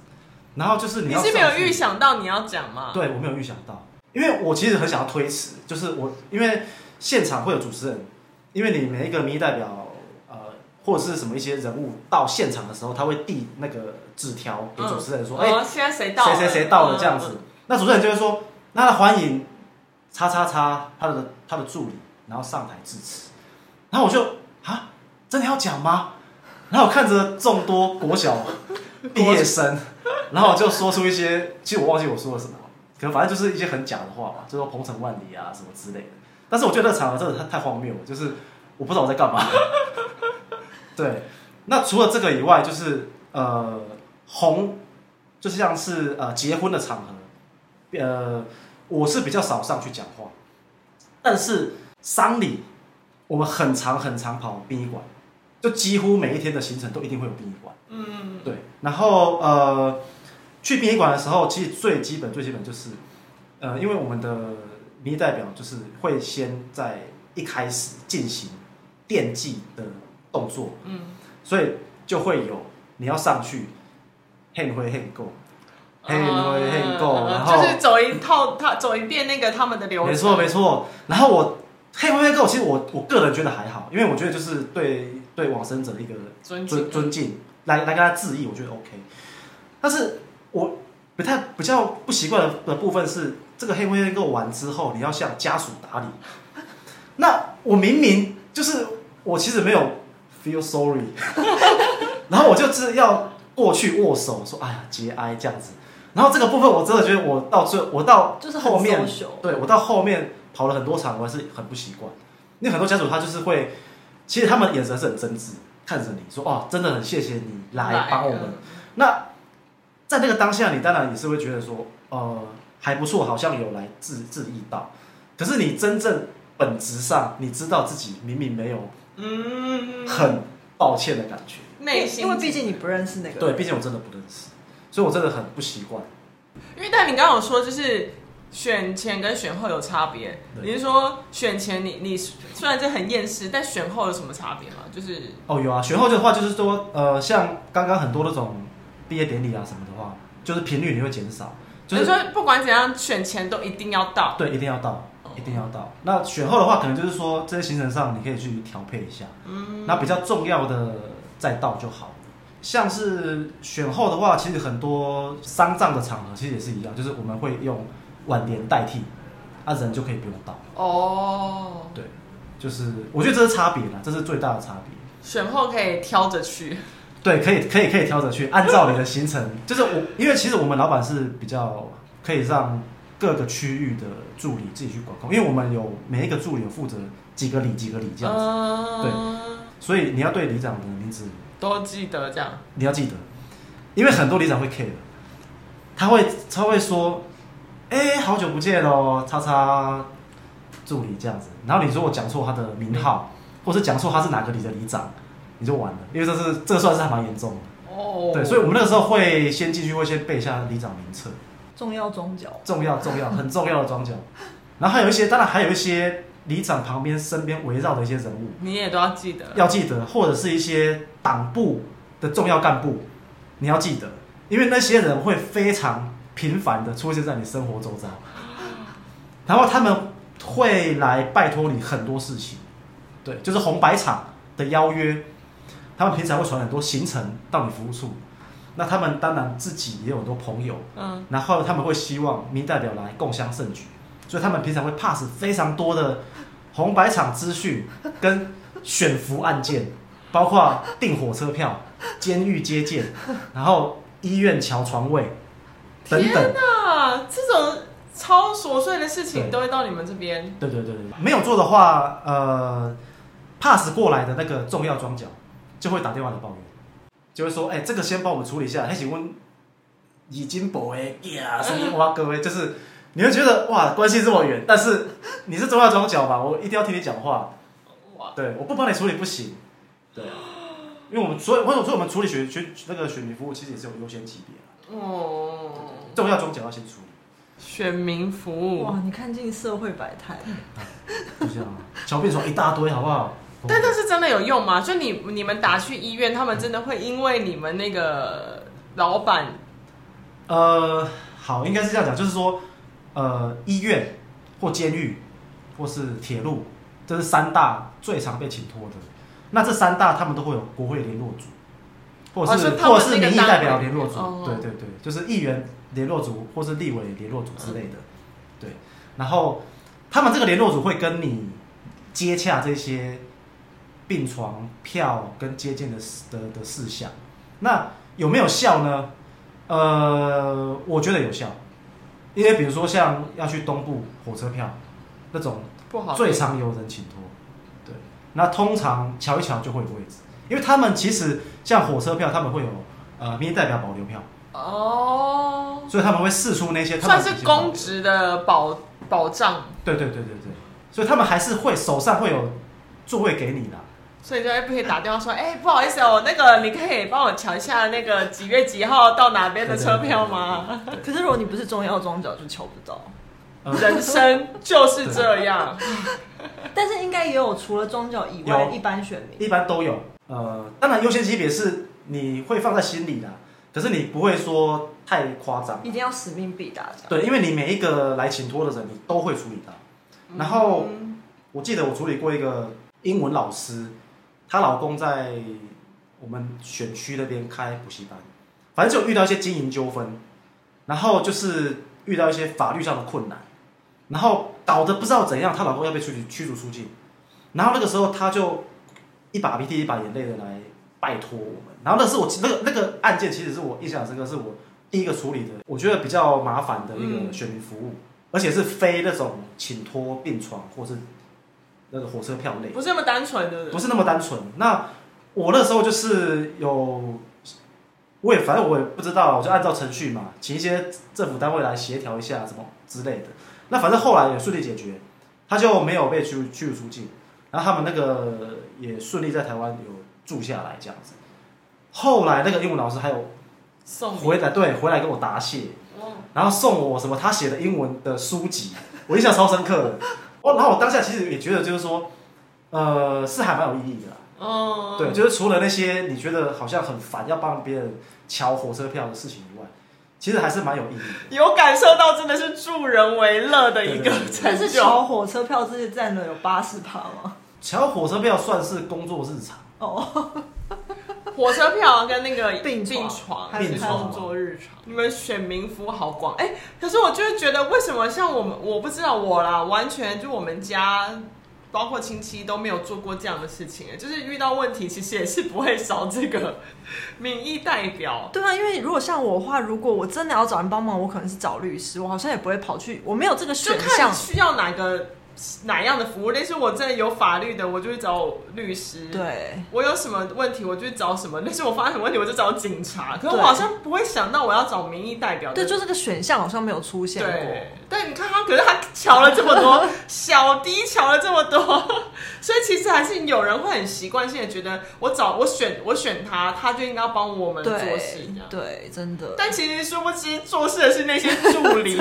Speaker 2: 然后就是你
Speaker 1: 你
Speaker 2: 要
Speaker 1: 是没有
Speaker 2: 上去
Speaker 1: 预想到你要讲嘛？
Speaker 2: 对我没有预想到，因为我其实很想要推迟，就是我因为现场会有主持人，因为你每一个民意代表呃或者是什么一些人物到现场的时候，他会递那个纸条给主持人说，哎、
Speaker 1: 哦现在谁到
Speaker 2: 谁谁谁到了这样。
Speaker 1: 嗯
Speaker 2: 子，那主持人就会说，那欢迎叉叉叉他的他的助理，然后上台致辞，然后我就啊，真的要讲吗？然后我看着众多国小毕 业生，然后我就说出一些，其实我忘记我说了什么，可能反正就是一些很假的话吧，就说鹏程万里啊什么之类的。但是我觉得那个场合真的太太荒谬了，就是我不知道我在干 嘛。对，那除了这个以外，就是呃红，就是像是呃结婚的场合，呃我是比较少上去讲话，但是丧礼，我们很长很长跑殡仪馆，就几乎每一天的行程都一定会有殡仪馆。
Speaker 1: 嗯，
Speaker 2: 对，然后呃，去殡仪馆的时候，其实最基本最基本就是，呃，因为我们的民意代表就是会先在一开始进行奠祭的动作，
Speaker 1: 嗯，
Speaker 2: 所以就会有你要上去，很会很够，很会很够，然后
Speaker 1: 啊就是走一套，他走一遍那个他们的流程，
Speaker 2: 没错没错，然后我黑灰黑狗，其实我我个人觉得还好，因为我觉得就是对对往生者的一个
Speaker 1: 尊
Speaker 2: 尊
Speaker 1: 敬
Speaker 2: 尊敬，来来跟他致意，我觉得 OK。但是我不太比较不习惯的的部分是，这个黑灰黑狗完之后，你要向家属打理。 那我明明就是我其实没有 feel sorry，然后我就是要过去握手说，哎呀节哀这样子。然后这个部分我真的觉得我到最我到
Speaker 3: 就是很
Speaker 2: 后面
Speaker 3: social
Speaker 2: 对我到后面跑了很多场，我还是很不习惯。因为很多家属他就是会，其实他们眼神是很真挚，看着你说哦，真的很谢谢你来帮我们。那在那个当下，你当然也是会觉得说，呃，还不错，好像有来致致意到。可是你真正本质上，你知道自己明明没有
Speaker 1: 嗯，
Speaker 2: 很抱歉的感觉。
Speaker 1: 内心，
Speaker 3: 因为毕竟你不认识那个人，
Speaker 2: 对，毕竟我真的不认识，所以我真的很不习惯。
Speaker 1: 因为但你刚刚有说就是选前跟选后有差别，
Speaker 2: 对
Speaker 1: 你是说选前你你虽然这很厌世，但选后有什么差别吗？就是
Speaker 2: 哦，有啊，选后的话就是说，呃，像刚刚很多那种毕业典礼啊什么的话，就是频率你会减少，就
Speaker 1: 就是是说不管怎样，选前都一定要到。
Speaker 2: 对，一定要到，一定要到。那选后的话，可能就是说这些行程上你可以去调配一下，嗯，那比较重要的再到就好了。像是选后的话，其实很多丧葬的场合其实也是一样，就是我们会用挽联代替，啊人就可以不用到。
Speaker 1: 哦，
Speaker 2: 对，就是我觉得这是差别啦，这是最大的差别。
Speaker 1: 选后可以挑着去，
Speaker 2: 对，可以，可以，可以调整去按照你的行程，就是我，因为其实我们老板是比较可以让各个区域的助理自己去管控，因为我们有每一个助理有负责几个里几个里这样子，
Speaker 1: 嗯，
Speaker 2: 所以你要对里长的名字
Speaker 1: 都记得这样。
Speaker 2: 你要记得，因为很多里长会 care，他会他会说，哎、好久不见喽，叉叉助理这样子，然后你如果讲错他的名号，或是讲错他是哪个里的里长，你就完了，因为这是这算是还蛮严重的。
Speaker 1: 哦，
Speaker 2: 对，所以我们那个时候会先进去，会先背一下里长名册，
Speaker 3: 重要宗教，
Speaker 2: 重要重要很重要的庄脚。然后还有一些，当然还有一些里长旁边身边围绕的一些人物，
Speaker 1: 你也都要记得。
Speaker 2: 要记得，或者是一些党部的重要干部，你要记得，因为那些人会非常频繁的出现在你生活周遭，然后他们会来拜托你很多事情，对，就是红白场的邀约，他们平常会传很多行程到你服务处，那他们当然自己也有很多朋友，
Speaker 1: 嗯，
Speaker 2: 然后他们会希望民代表来共襄盛举，所以他们平常会 pass 非常多的红白场资讯跟选服案件，包括订火车票、监狱接见，然后医院瞧床位等等。
Speaker 1: 那这种超琐碎的事
Speaker 2: 对
Speaker 1: 情都会到你们这边。
Speaker 2: 对对对对，没有做的话，呃，pass 过来的那个重要庄脚就会打电话来抱怨，就会说，哎、这个先帮我们处理一下，还请问已经博哎呀，什么哇各位，就是你会觉得哇关系这么远，但是你是重要庄脚嘛，我一定要听你讲话，
Speaker 1: 哇，
Speaker 2: 对，我不帮你处理不行，对，啊因为我们所以或者说我们处理选选那个选民服务其实也是有优先级别的，
Speaker 1: 哦，
Speaker 2: 重要庄脚要先处理，
Speaker 1: 选民服务
Speaker 3: 哇，。你看尽社会百态，
Speaker 2: 就这样啊，小便床一大堆好不好？
Speaker 1: 但这是真的有用吗？就你你们打去医院，他们真的会因为你们那个老板
Speaker 2: 呃，好，应该是这样讲，就是说，呃，医院或监狱或是铁路，这是三大最常被请托的。那这三大他们都会有国会联络组，或者
Speaker 1: 哦
Speaker 2: 是、
Speaker 1: 是他
Speaker 2: 或
Speaker 1: 们
Speaker 2: 者是
Speaker 1: 那个
Speaker 2: 民意
Speaker 1: 单
Speaker 2: 代表
Speaker 1: 位
Speaker 2: 联络组，
Speaker 1: 哦
Speaker 2: 对对对，就是议员联络组或是立委联络组之类的。对，然后他们这个联络组会跟你接洽这些病床票跟接见的事的的事项。那有没有效呢？呃，我觉得有效，因为比如说像要去东部火车票那种
Speaker 1: 不好
Speaker 2: 最常有人请托，对，那通常瞧一瞧就会有位置，因为他们其实像火车票，他们会有呃民意代表保留票，
Speaker 1: 哦，
Speaker 2: 所以他们会试出那些他们
Speaker 1: 算是
Speaker 2: 已经保留
Speaker 1: 公职的保保障。
Speaker 2: 对对对对对，所以他们还是会手上会有座位给你的。
Speaker 1: 所以就会可以打电话说，哎、不好意思哦，那个你可以帮我瞧一下那个几月几号到哪边的车票 吗？
Speaker 3: 可是如果你不是中药庄脚，就瞧不到。
Speaker 2: 对？呃对
Speaker 1: 人生就是这样，
Speaker 3: 但是应该也有除了庄脚以外
Speaker 2: 有
Speaker 3: 一般选民
Speaker 2: 呃，一般都有。呃，当然优先级别是你会放在心里的，可是你不会说太夸张。
Speaker 3: 一定要使命必达这样。
Speaker 2: 对，因为你每一个来请托的人，你都会处理到。
Speaker 3: 嗯
Speaker 2: 然后我记得我处理过一个英文老师，她老公在我们选区那边开补习班，反正就遇到一些经营纠纷，然后就是遇到一些法律上的困难，然后搞得不知道怎样，她老公要被驱逐驱逐出境，然后那个时候她就一把鼻涕一把眼泪的来拜托我们，然后那是我那个那个案件其实是我印象很深刻，是我第一个处理的，我觉得比较麻烦的一个
Speaker 1: 嗯
Speaker 2: 选民服务。而且是非那种请托病床或是那个火车票类，
Speaker 1: 不是那么单纯的，
Speaker 2: 不是那么单纯。那我那时候就是有，我也反正我也不知道，我就按照程序嘛，请一些政府单位来协调一下什么之类的。那反正后来也顺利解决，他就没有被驱驱逐出境，然后他们那个也顺利在台湾有住下来这样子。后来那个英文老师还有
Speaker 1: 送礼
Speaker 2: 回来，对，回来跟我答谢，
Speaker 1: 哦
Speaker 2: 然后送我什么他写的英文的书籍，我印象超深刻的。哦，然后我当下其实也觉得就是说，呃，是还蛮有意义的啦。
Speaker 1: 哦，
Speaker 2: 对，就是除了那些你觉得好像很烦要帮别人瞧火车票的事情以外，其实还是蛮有意义的。
Speaker 1: 有感受到真的是助人为乐的一个
Speaker 2: 对对对对
Speaker 1: 成
Speaker 3: 但是
Speaker 1: 就，
Speaker 3: 瞧火车票这些占了有八十趴吗？
Speaker 2: 瞧火车票算是工作日常，
Speaker 3: 哦，
Speaker 1: 火车票跟那个
Speaker 3: 病
Speaker 1: 病床
Speaker 3: 床还有
Speaker 2: 病床
Speaker 3: 工作日常。
Speaker 1: 你们选民服务好广哎、可是我就是觉得，为什么像我们，我不知道我啦，完全就我们家，包括亲戚都没有做过这样的事情、哎就是遇到问题，其实也是不会找这个民意代表。
Speaker 3: 对啊，因为如果像我的话，如果我真的要找人帮忙，我可能是找律师，我好像也不会跑去，我没有这个
Speaker 1: 就
Speaker 3: 选
Speaker 1: 看
Speaker 3: 项
Speaker 1: 你。需要哪个哪样的服务，但是我真的有法律的，我就去找律师。，
Speaker 3: 对，
Speaker 1: 我有什么问题，我就去找什么；但是我发现什么问题，我就找警察。可是
Speaker 3: 对
Speaker 1: 我好像不会想到我要找民意代表的
Speaker 3: 对，就这个选项好像没有出现
Speaker 1: 对
Speaker 3: 过。，
Speaker 1: 但你看他，可是他瞧了这么多， 小 D 瞧了这么多， 所以其实还是有人会很习惯性的觉得，我找我选我选他，他就应该帮我们做
Speaker 3: 对
Speaker 1: 事这样。
Speaker 3: 对，真的。
Speaker 1: 但其实殊不知做事的是那些助 理，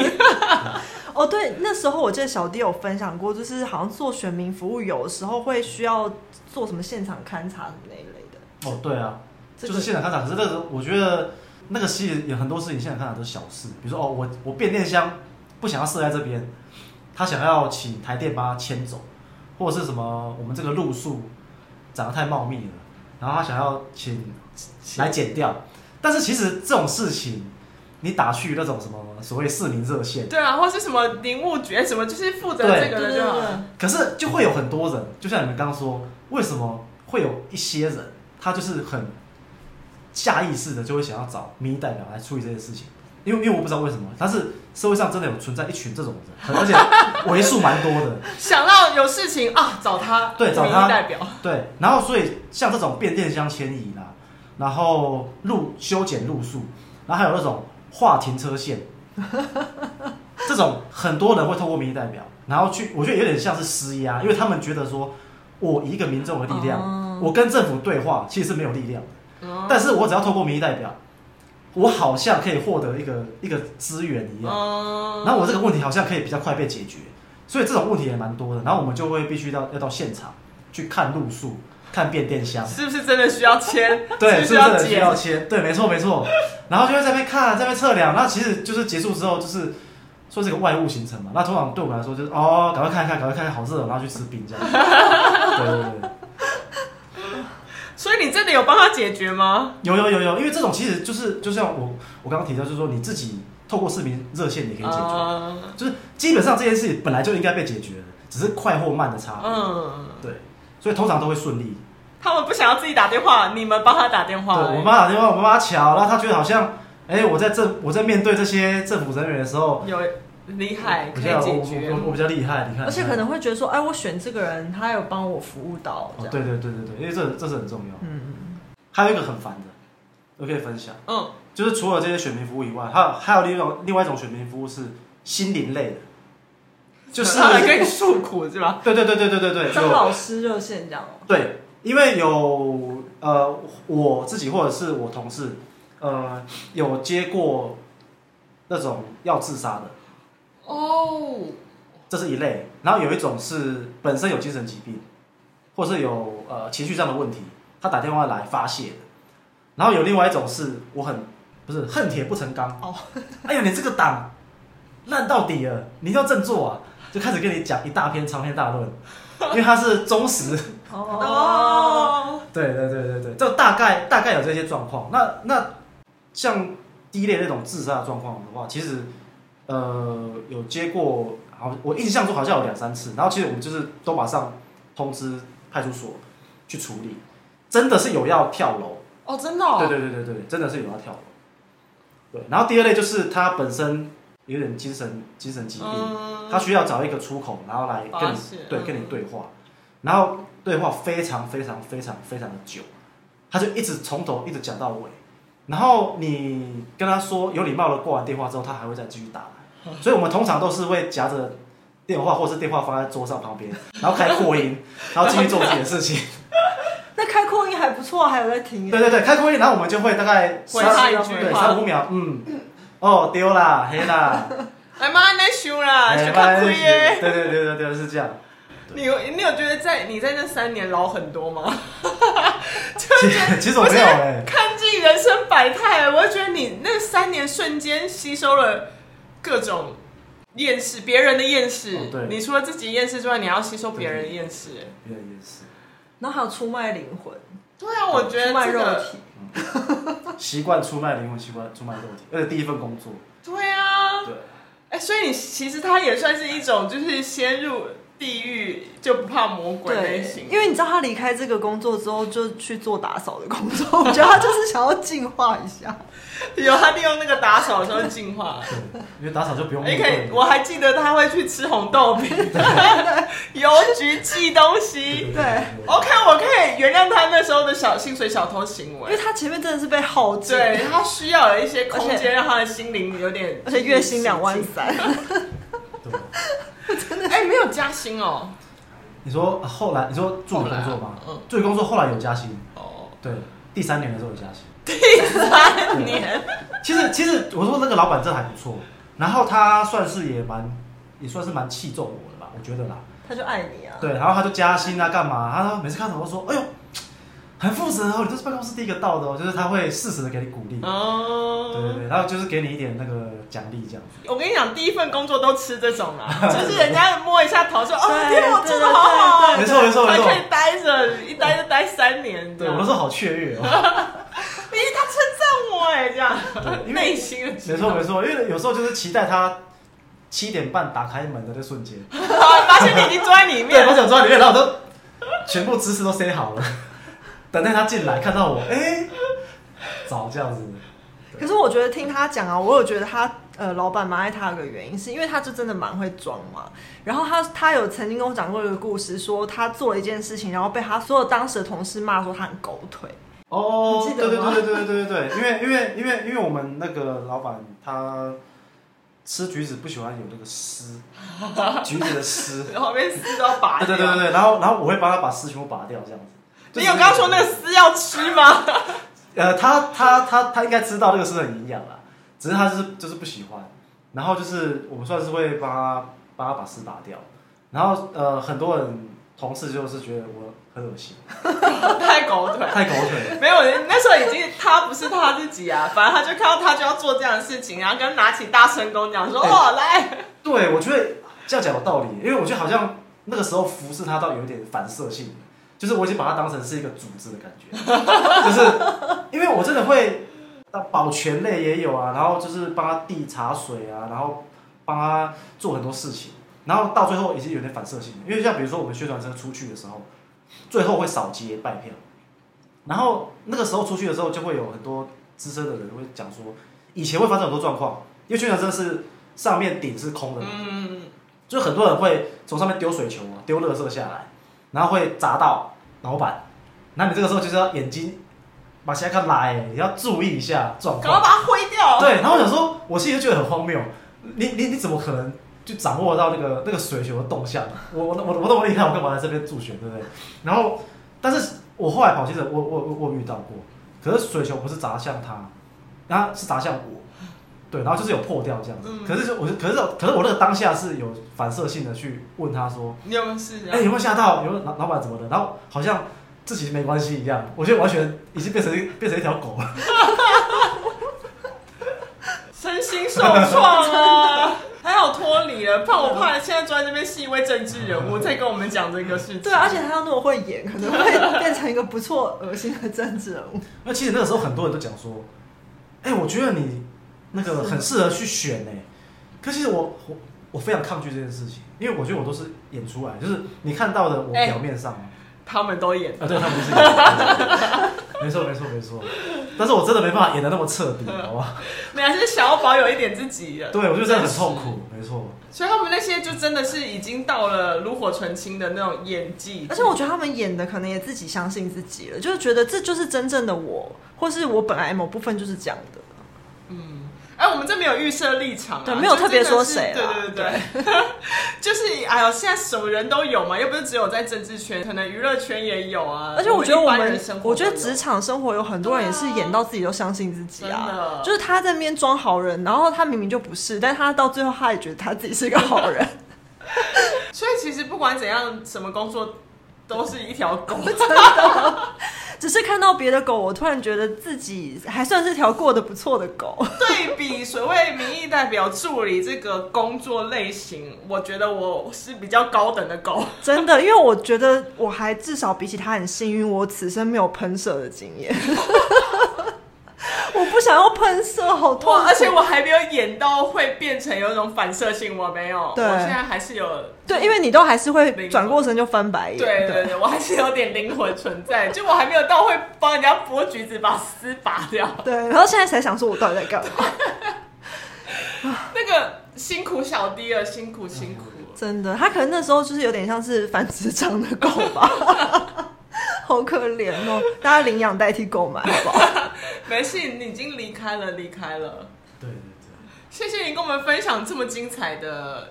Speaker 3: 哦，对，那时候我记得小弟有分享过，就是好像做选民服务，有的时候会需要做什么现场勘查什么那一类的。
Speaker 2: 哦，对啊，
Speaker 3: 这
Speaker 2: 就
Speaker 3: 个
Speaker 2: 是现场看场。可是那个我觉得那个其实有很多事情现场看场都是小事，比如说哦，我我变电箱不想要设在这边，他想要请台电把它迁走，或者是什么我们这个路树长得太茂密了，然后他想要请来剪掉。但是其实这种事情，你打去那种什么所谓市民热线，
Speaker 1: 对啊，或是什么林务局哎什么，就是负责
Speaker 2: 对
Speaker 1: 这个的就好了。
Speaker 2: 可是就会有很多人，就像你们刚刚说，为什么会有一些人，他就是很下意识的就会想要找民意代表来处理这件事情？因为因为我不知道为什么，但是社会上真的有存在一群这种人，很而且为数蛮多的。
Speaker 1: 想到有事情啊，找他，
Speaker 2: 对找
Speaker 1: 民
Speaker 2: 他
Speaker 1: 意代表，
Speaker 2: 对，然后所以像这种变电箱迁移啦，然后路修剪路树，然后还有那种划停车线，这种很多人会透过民意代表，然后去，我觉得有点像是施压，因为他们觉得说，我以一个民众的力量，
Speaker 3: 哦
Speaker 2: 我跟政府对话其实是没有力量的，
Speaker 1: 嗯
Speaker 2: 但是我只要透过民意代表，我好像可以获得一个一个资源一样，
Speaker 1: 嗯
Speaker 2: 然后我这个问题好像可以比较快被解决，所以这种问题也蛮多的。然后我们就会必须到要到现场去看路数、看变电箱，
Speaker 1: 是不是真的需要签？是
Speaker 2: 对，
Speaker 1: 不
Speaker 2: 是
Speaker 1: 是
Speaker 2: 不
Speaker 1: 要
Speaker 2: 是需
Speaker 1: 解
Speaker 2: 要签？对，没错没错。然后就会在那边看，在那边测量。那其实就是结束之后，就是说这个外务行程嘛。那通常对我们来说就是哦，赶快看一看，赶快看一看，好热哦，然后去吃冰这样。 对对对对，
Speaker 1: 所以你真的有帮他解决吗？
Speaker 2: 有有有有，因为这种其实就是就像我我刚刚提到，就是说你自己透过市民热线也可以解决，
Speaker 1: 嗯
Speaker 2: 就是基本上这件事本来就应该被解决的，只是快或慢的差别。
Speaker 1: 嗯，
Speaker 2: 对，所以通常都会顺利。
Speaker 1: 他们不想要自己打电话，你们帮他打电
Speaker 2: 对，
Speaker 1: 话。
Speaker 2: 我妈打电话，我妈瞧，然后她觉得好像，哎、我在政我在面对这些政府人员的时候，
Speaker 1: 有厉害，
Speaker 2: 我
Speaker 1: 可
Speaker 2: 比
Speaker 1: 以
Speaker 2: 较
Speaker 1: 解决
Speaker 2: 我我。我我比较厉害，你看，
Speaker 3: 而且
Speaker 2: 你
Speaker 3: 可
Speaker 2: 看
Speaker 3: 能会觉得说，哎，我选这个人，他有帮我服务到，
Speaker 2: 哦，
Speaker 3: 这样。
Speaker 2: 对对对对对，因为这这是很重要。
Speaker 3: 嗯，
Speaker 2: 还有一个很烦的，我可以分享，
Speaker 1: 嗯，
Speaker 2: 就是除了这些选民服务以外，还有还有另一种另外一种选民服务是心灵类的， 就是
Speaker 3: 啊
Speaker 1: 他来跟你诉苦是吧？
Speaker 2: 对对对对对对对，
Speaker 3: 张
Speaker 2: 有
Speaker 3: 老师热线这样哦。
Speaker 2: 对，因为有呃我自己或者是我同事，呃有接过那种要自杀的，
Speaker 1: 哦，
Speaker 2: 这是一类，然后有一种是本身有精神疾病，或是有呃情绪上的问题，他打电话来发泄的，然后有另外一种是我很不是恨铁不成钢
Speaker 3: 哦，
Speaker 2: 哎呀你这个党烂到底了，你一定要振作啊，就开始跟你讲一大篇长篇大论，因为他是忠实，
Speaker 3: 哦，
Speaker 1: 哦，
Speaker 2: 对对对对对，这大概大概有这些状况，那那像第一类那种自杀的状况的话，其实呃有接过，好，我印象中好像有两三次。然后其实我们就是都马上通知派出所去处理，真的是有要跳楼，
Speaker 1: 哦，真的、哦，
Speaker 2: 对对对对对，真的是有要跳楼。对，然后第二类就是他本身有点精神精神疾病，
Speaker 1: 嗯，
Speaker 2: 他需要找一个出口，然后来跟
Speaker 1: 发
Speaker 2: 你
Speaker 1: 泄
Speaker 2: 对
Speaker 1: 嗯
Speaker 2: 跟你对话，然后对话非常非常非常非常的久，他就一直从头一直讲到尾，然后你跟他说有礼貌的挂完电话之后，他还会再继续打来，所以我们通常都是会夹着电话或是电话放在桌上旁边，然后开扩音，然后继续做自己的事情。
Speaker 3: 那开扩音还不错，还有在听耶。
Speaker 2: 对对对，开扩音，然后我们就会大概
Speaker 1: 回
Speaker 2: 三
Speaker 1: 他一句
Speaker 2: 对
Speaker 1: 话
Speaker 2: 三五秒，嗯，哦丢啦，黑啦，
Speaker 1: 哎妈，那修啦，
Speaker 2: 哎
Speaker 1: 学到亏啊耶。
Speaker 2: 对对对对对是这样。
Speaker 1: 你有你有觉得在你在那三年老很多吗？
Speaker 2: 其实其实啊 我没有哎、
Speaker 1: 看尽人生百态，我就觉得你那三年瞬间吸收了各种厌世，别人的厌世。
Speaker 2: 哦对
Speaker 1: 你除了自己厌世之外，你还要吸收别人的厌世。哎
Speaker 2: 有点意思。
Speaker 3: 然后还有出卖灵魂，
Speaker 1: 对啊，我觉得
Speaker 3: 出卖
Speaker 1: 这
Speaker 3: 肉
Speaker 1: 个
Speaker 3: 体。
Speaker 2: 习惯出卖灵魂，习惯出卖肉体，而且第一份工作，
Speaker 1: 对啊，
Speaker 2: 对，
Speaker 1: 哎，所以你其实它也算是一种，就是先入地狱就不怕魔鬼类
Speaker 3: 对
Speaker 1: 型，。
Speaker 3: 因为你知道他离开这个工作之后，就去做打扫的工作。我觉得他就是想要净化 一下。
Speaker 1: 有他利用那个打扫的时候进化。
Speaker 2: 因为打扫就不用
Speaker 1: 你
Speaker 2: 面
Speaker 1: 哎可
Speaker 2: 对
Speaker 1: 以，
Speaker 2: 了。
Speaker 1: 我还记得他会去吃红豆饼，邮局寄东西。
Speaker 3: 对
Speaker 1: OK，我可以原谅他那时候的小薪水小偷行
Speaker 3: 因为
Speaker 1: 为。
Speaker 3: 他前面真的是被耗尽，
Speaker 1: 对他需要有一些空
Speaker 3: 而且
Speaker 1: 间，让他的心灵有点，
Speaker 3: 而且月薪两万三，
Speaker 2: 对，
Speaker 1: 哎、没有加薪哦。
Speaker 2: 你说呃后来，你说助理工作吗
Speaker 1: 后来啊嗯？
Speaker 2: 助理工作后来有加薪，
Speaker 1: 哦，
Speaker 2: 对，第三年的时候有加薪。
Speaker 1: 三年，
Speaker 2: 其实其实我说那个老板真的还不错，然后他算是也蛮也算是蛮器重我的吧，我觉得啦。
Speaker 3: 他就爱你啊。
Speaker 2: 对，然后他就加薪啊，干嘛？他每次看到我都说，哎呦，很负责哦，你这是办公室第一个到的哦，就是他会适时的给你鼓励，
Speaker 1: 嗯
Speaker 2: 对对
Speaker 1: 哦，
Speaker 2: 对，然后就是给你一点那个奖励这样子。
Speaker 1: 我跟你讲，第一份工作都吃这种 啦，就是人家摸一下头说，哦，
Speaker 3: 对
Speaker 1: 天，我
Speaker 3: 对
Speaker 1: 真的好好哦，
Speaker 2: 没错没错没
Speaker 1: 还
Speaker 2: 错
Speaker 1: 可，以待着，一待就待三年。
Speaker 2: 对我那时
Speaker 1: 说，
Speaker 2: 候好雀跃哦。
Speaker 1: 咦，他称赞我哎，这
Speaker 2: 对
Speaker 1: 样，
Speaker 2: 因为
Speaker 1: 内心的
Speaker 2: 没错没错，因为有时候就是期待他七点半打开门的那瞬 间，
Speaker 1: 好，发现你已经坐在里
Speaker 2: 对，
Speaker 1: 面
Speaker 2: 我。想抓里面，然后我都全部姿势都塞好了， 等待他进来看到我，哎、早这样子，
Speaker 3: 可是我觉得听他讲啊，我有觉得他呃，老板蛮爱他的原因，是因为他就真的蛮会装嘛。然后他他有曾经跟我讲过一个故事，说他做了一件事情，然后被他所有当时的同事骂说他很狗腿。
Speaker 2: 哦，
Speaker 3: 你记
Speaker 2: 对
Speaker 3: 得
Speaker 2: 对
Speaker 3: 吗
Speaker 2: 对对对对对对，因为因为因为因为我们那个老板他吃橘子不喜欢有那个丝，橘子 的丝，
Speaker 1: 然后被丝都要拔
Speaker 2: 对
Speaker 1: 掉。
Speaker 2: 对对对对，然后然后我会帮他把丝全部拔掉这样子。
Speaker 1: 你有刚刚说那个丝要吃吗？
Speaker 2: 呃，他他他他应该知道这个是很营养啦，只是他就是就是不喜欢，然后就是我们算是会帮他帮他把丝拔掉，然后呃很多人同事就是觉得我很恶心，
Speaker 1: 太狗腿。
Speaker 2: 太狗腿了，
Speaker 1: 没有，那时候已经他不是他自己啊，反正他就看到他就要做这样的事情，然后跟拿起大声公讲说：“
Speaker 2: 哎
Speaker 1: 哦，来，
Speaker 2: 对我觉得这样讲有道理，因为我觉得好像那个时候服侍他到有一点反射性，就是我已经把他当成是一个组织的感觉，就是因为我真的会。那保全类也有啊，然后就是帮他递茶水啊，然后帮他做很多事情，然后到最后已经有点反射性了，因为像比如说我们宣传车出去的时候，最后会扫街拜票，然后那个时候出去的时候就会有很多资深的人会讲说，以前会发生很多状况，因为宣传车是上面顶是空的嘛，
Speaker 1: 嗯，
Speaker 2: 就很多人会从上面丢水球啊，丢垃圾下来，然后会砸到老板，那你这个时候就是要眼睛把下看拉、欸，你要注意一下状
Speaker 1: 赶快
Speaker 2: 况。
Speaker 1: 把它挥掉。”
Speaker 2: 对，然后我想说，我心里就觉得很荒谬，你你你怎么可能就掌握到那个那个水球的动向。我我我我那么厉害，我干嘛来这边助选，对不对？然后，但是我后来跑记者，我我我我遇到过，可是水球不是砸向他，然后是砸向我，对，然后就是有破掉这样子。
Speaker 1: 嗯
Speaker 2: 可是就我就可是可是我那个当下是有反射性的去问他说，
Speaker 1: 你有没有试啊？
Speaker 2: 哎、有没有吓到？有没有老老板怎么的？然后好像自己没关系一样，我觉得完全已经变成变成一条狗了。
Speaker 1: 身心受创啊！还好脱离了，怕我怕现在坐在那边是一位政治人物在跟我们讲这个事情。
Speaker 3: 对，啊而且他要那么会演，可能会变成一个不错恶心的政治人物。
Speaker 2: 那其实那个时候很多人都讲说，哎、我觉得你那个很适合去选呢、可其实我我我非常抗拒这件事情，因为我觉得我都是演出来，就是你看到的我
Speaker 1: 哎
Speaker 2: 表面上。
Speaker 1: 他们都演，
Speaker 2: 啊，对他们是 演，没错没错没错，但是我真的没办法演的那么彻
Speaker 1: 嗯
Speaker 2: 底，好吧？
Speaker 1: 你还是想要保有一点自己
Speaker 3: 啊
Speaker 1: 的。
Speaker 2: 对，我觉得这样很痛苦，没错。
Speaker 1: 所以他们那些就真的是已经到了炉火纯青的那种演技，
Speaker 3: 而且我觉得他们演的可能也自己相信自己了，就是觉得这就是真正的我，或是我本来某部分就是这样的。
Speaker 1: 哎、我们这没有预设立场、啊，
Speaker 3: 对没有特别说谁
Speaker 1: 就真的是对对对对， 就是哎呦，现在什么人都有嘛，又不是只有在政治圈，可能娱乐圈也有啊。
Speaker 3: 而且我觉得我
Speaker 1: 一般
Speaker 3: 们
Speaker 1: 人生，活
Speaker 3: 我觉得
Speaker 1: 都有
Speaker 3: 职场生活有很多人也是
Speaker 1: 对啊
Speaker 3: 演到自己都相信自己
Speaker 1: 真
Speaker 3: 啊
Speaker 1: 的，
Speaker 3: 就是他在那边装好人，然后他明明就不是，但他到最后他也觉得他自己是个好 人，
Speaker 1: 所以其实不管怎样，什么工作都是一条狗。
Speaker 3: 只是看到别的狗，我突然觉得自己还算是条过得不错的狗。
Speaker 1: 对比所谓民意代表助理这个工作类型，我觉得我是比较高等的狗。
Speaker 3: 真的，因为我觉得我还至少比起他很幸运，我此生没有喷射的经验。 我不想要喷射，好痛苦！
Speaker 1: 哇，而且我还没有演到会变成有一种反射性，我没有，
Speaker 3: 对
Speaker 1: 我现在还是有。
Speaker 3: 对，因为你都还是会转过身就翻白眼。
Speaker 1: 对对对，我还是有点灵魂存在，就我还没有到会帮人家剥橘子把丝拔掉。
Speaker 3: 对，然后现在才想说，我到底在干 嘛？
Speaker 1: 那个辛苦小弟了，辛苦辛苦。
Speaker 3: 真的，他可能那时候就是有点像是繁殖场的狗吧， 好可怜哦。大家领养代替购买，好 不好？
Speaker 1: 没事，你已经离开了，离开了。
Speaker 2: 对对
Speaker 1: 谢谢你跟我们分享这么精彩的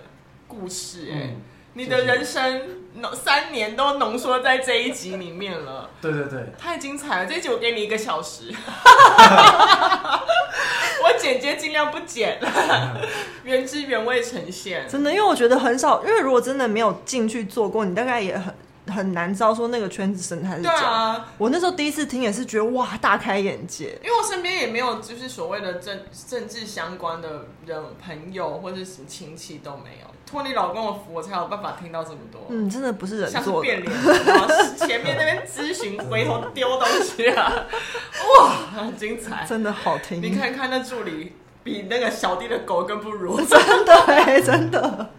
Speaker 1: 故事、
Speaker 2: 对，
Speaker 1: 哎、
Speaker 2: 嗯，
Speaker 1: 你的人生浓三年都浓缩在这一集里面了，
Speaker 2: 对对对，
Speaker 1: 太精彩了！这一集我给你一个小时，我剪接尽量不剪，原汁原味呈现。
Speaker 3: 真的，因为我觉得很少，因为如果真的没有进去做过，你大概也很很难知道说那个圈子生态是
Speaker 1: 对
Speaker 3: 这样。
Speaker 1: 啊，
Speaker 3: 我那时候第一次听也是觉得哇，大开眼界。
Speaker 1: 因为我身边也没有就是所谓的政政治相关的人朋友或者什么亲戚都没有，托你老公的福，我才有办法听到这么多。
Speaker 3: 嗯，真的不是人
Speaker 1: 像是
Speaker 3: 做的
Speaker 1: 变。脸，然后前面那边咨询，回头丢东西啊，哇，很精彩！
Speaker 3: 真的好听，
Speaker 1: 你看看那助理比那个小弟的狗更不如，
Speaker 3: 真的哎、真的，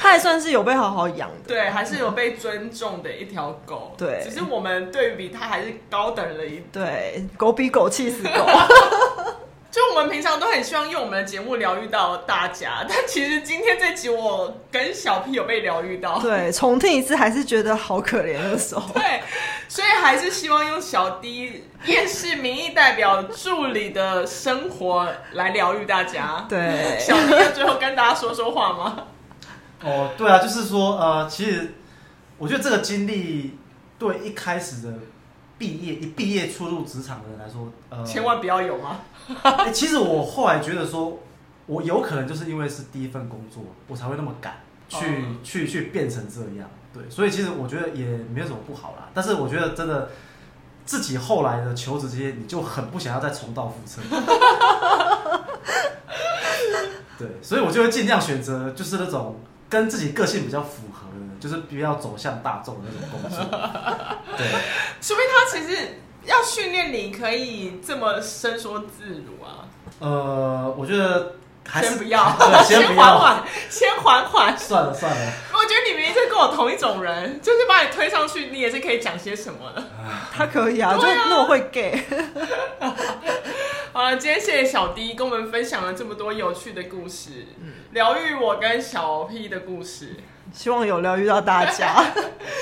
Speaker 3: 他还算是有被好好养的。
Speaker 1: 对，还是有被尊重的一条狗。
Speaker 3: 对
Speaker 1: 只是我们对比它还是高等了一。
Speaker 3: 对，狗比狗 气死狗。
Speaker 1: 就我们平常都很希望用我们的节目疗愈到大家，但其实今天这集我跟小 P 有被疗愈到。
Speaker 3: 对，重听一次还是觉得好可怜的时候。
Speaker 1: 对，所以还是希望用小 D 厌世民意代表助理的生活来疗愈大家。
Speaker 3: 对，
Speaker 1: 小 D 要最后跟大家说说话吗？
Speaker 2: 哦，对啊，就是说，呃，其实我觉得这个经历对一开始的毕业一毕业初入职场的人来说，呃，
Speaker 1: 千万不要有吗？
Speaker 2: 哎、其实我后来觉得说，我有可能就是因为是第一份工作，我才会那么赶去、
Speaker 1: 哦
Speaker 2: 去去变成这样。对，所以其实我觉得也没有什么不好啦。但是我觉得真的自己后来的求职这些，你就很不想要再重蹈覆辙。 对，所以我就会尽量选择就是那种跟自己个性比较符合的，就是比较走向大众的那种工作。对。
Speaker 1: 说明他其实要训练你可以这么伸缩自如啊。
Speaker 2: 呃，我觉得还是
Speaker 1: 先不要
Speaker 2: 对，先
Speaker 1: 先
Speaker 2: 不
Speaker 1: 缓
Speaker 2: 要，
Speaker 1: 缓，先缓缓。
Speaker 2: 算了算了。
Speaker 1: 我觉得你明明是跟我同一种人，就是把你推上去，你也是可以讲些什么的。
Speaker 3: 他可以啊，就
Speaker 1: 对啊
Speaker 3: 那我会 gay。
Speaker 1: 好了，今天谢谢小 D 跟我们分享了这么多有趣的故事，
Speaker 2: 嗯
Speaker 1: 疗愈我跟小 P 的故事。
Speaker 3: 希望有疗愈到大家。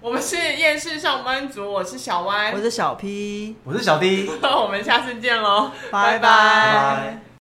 Speaker 1: 我们是厌世上班族，我是小歪
Speaker 3: 我，是小 P，
Speaker 2: 我是小 D，
Speaker 1: 我们下次见喽，拜
Speaker 2: 拜
Speaker 3: 拜
Speaker 2: 拜。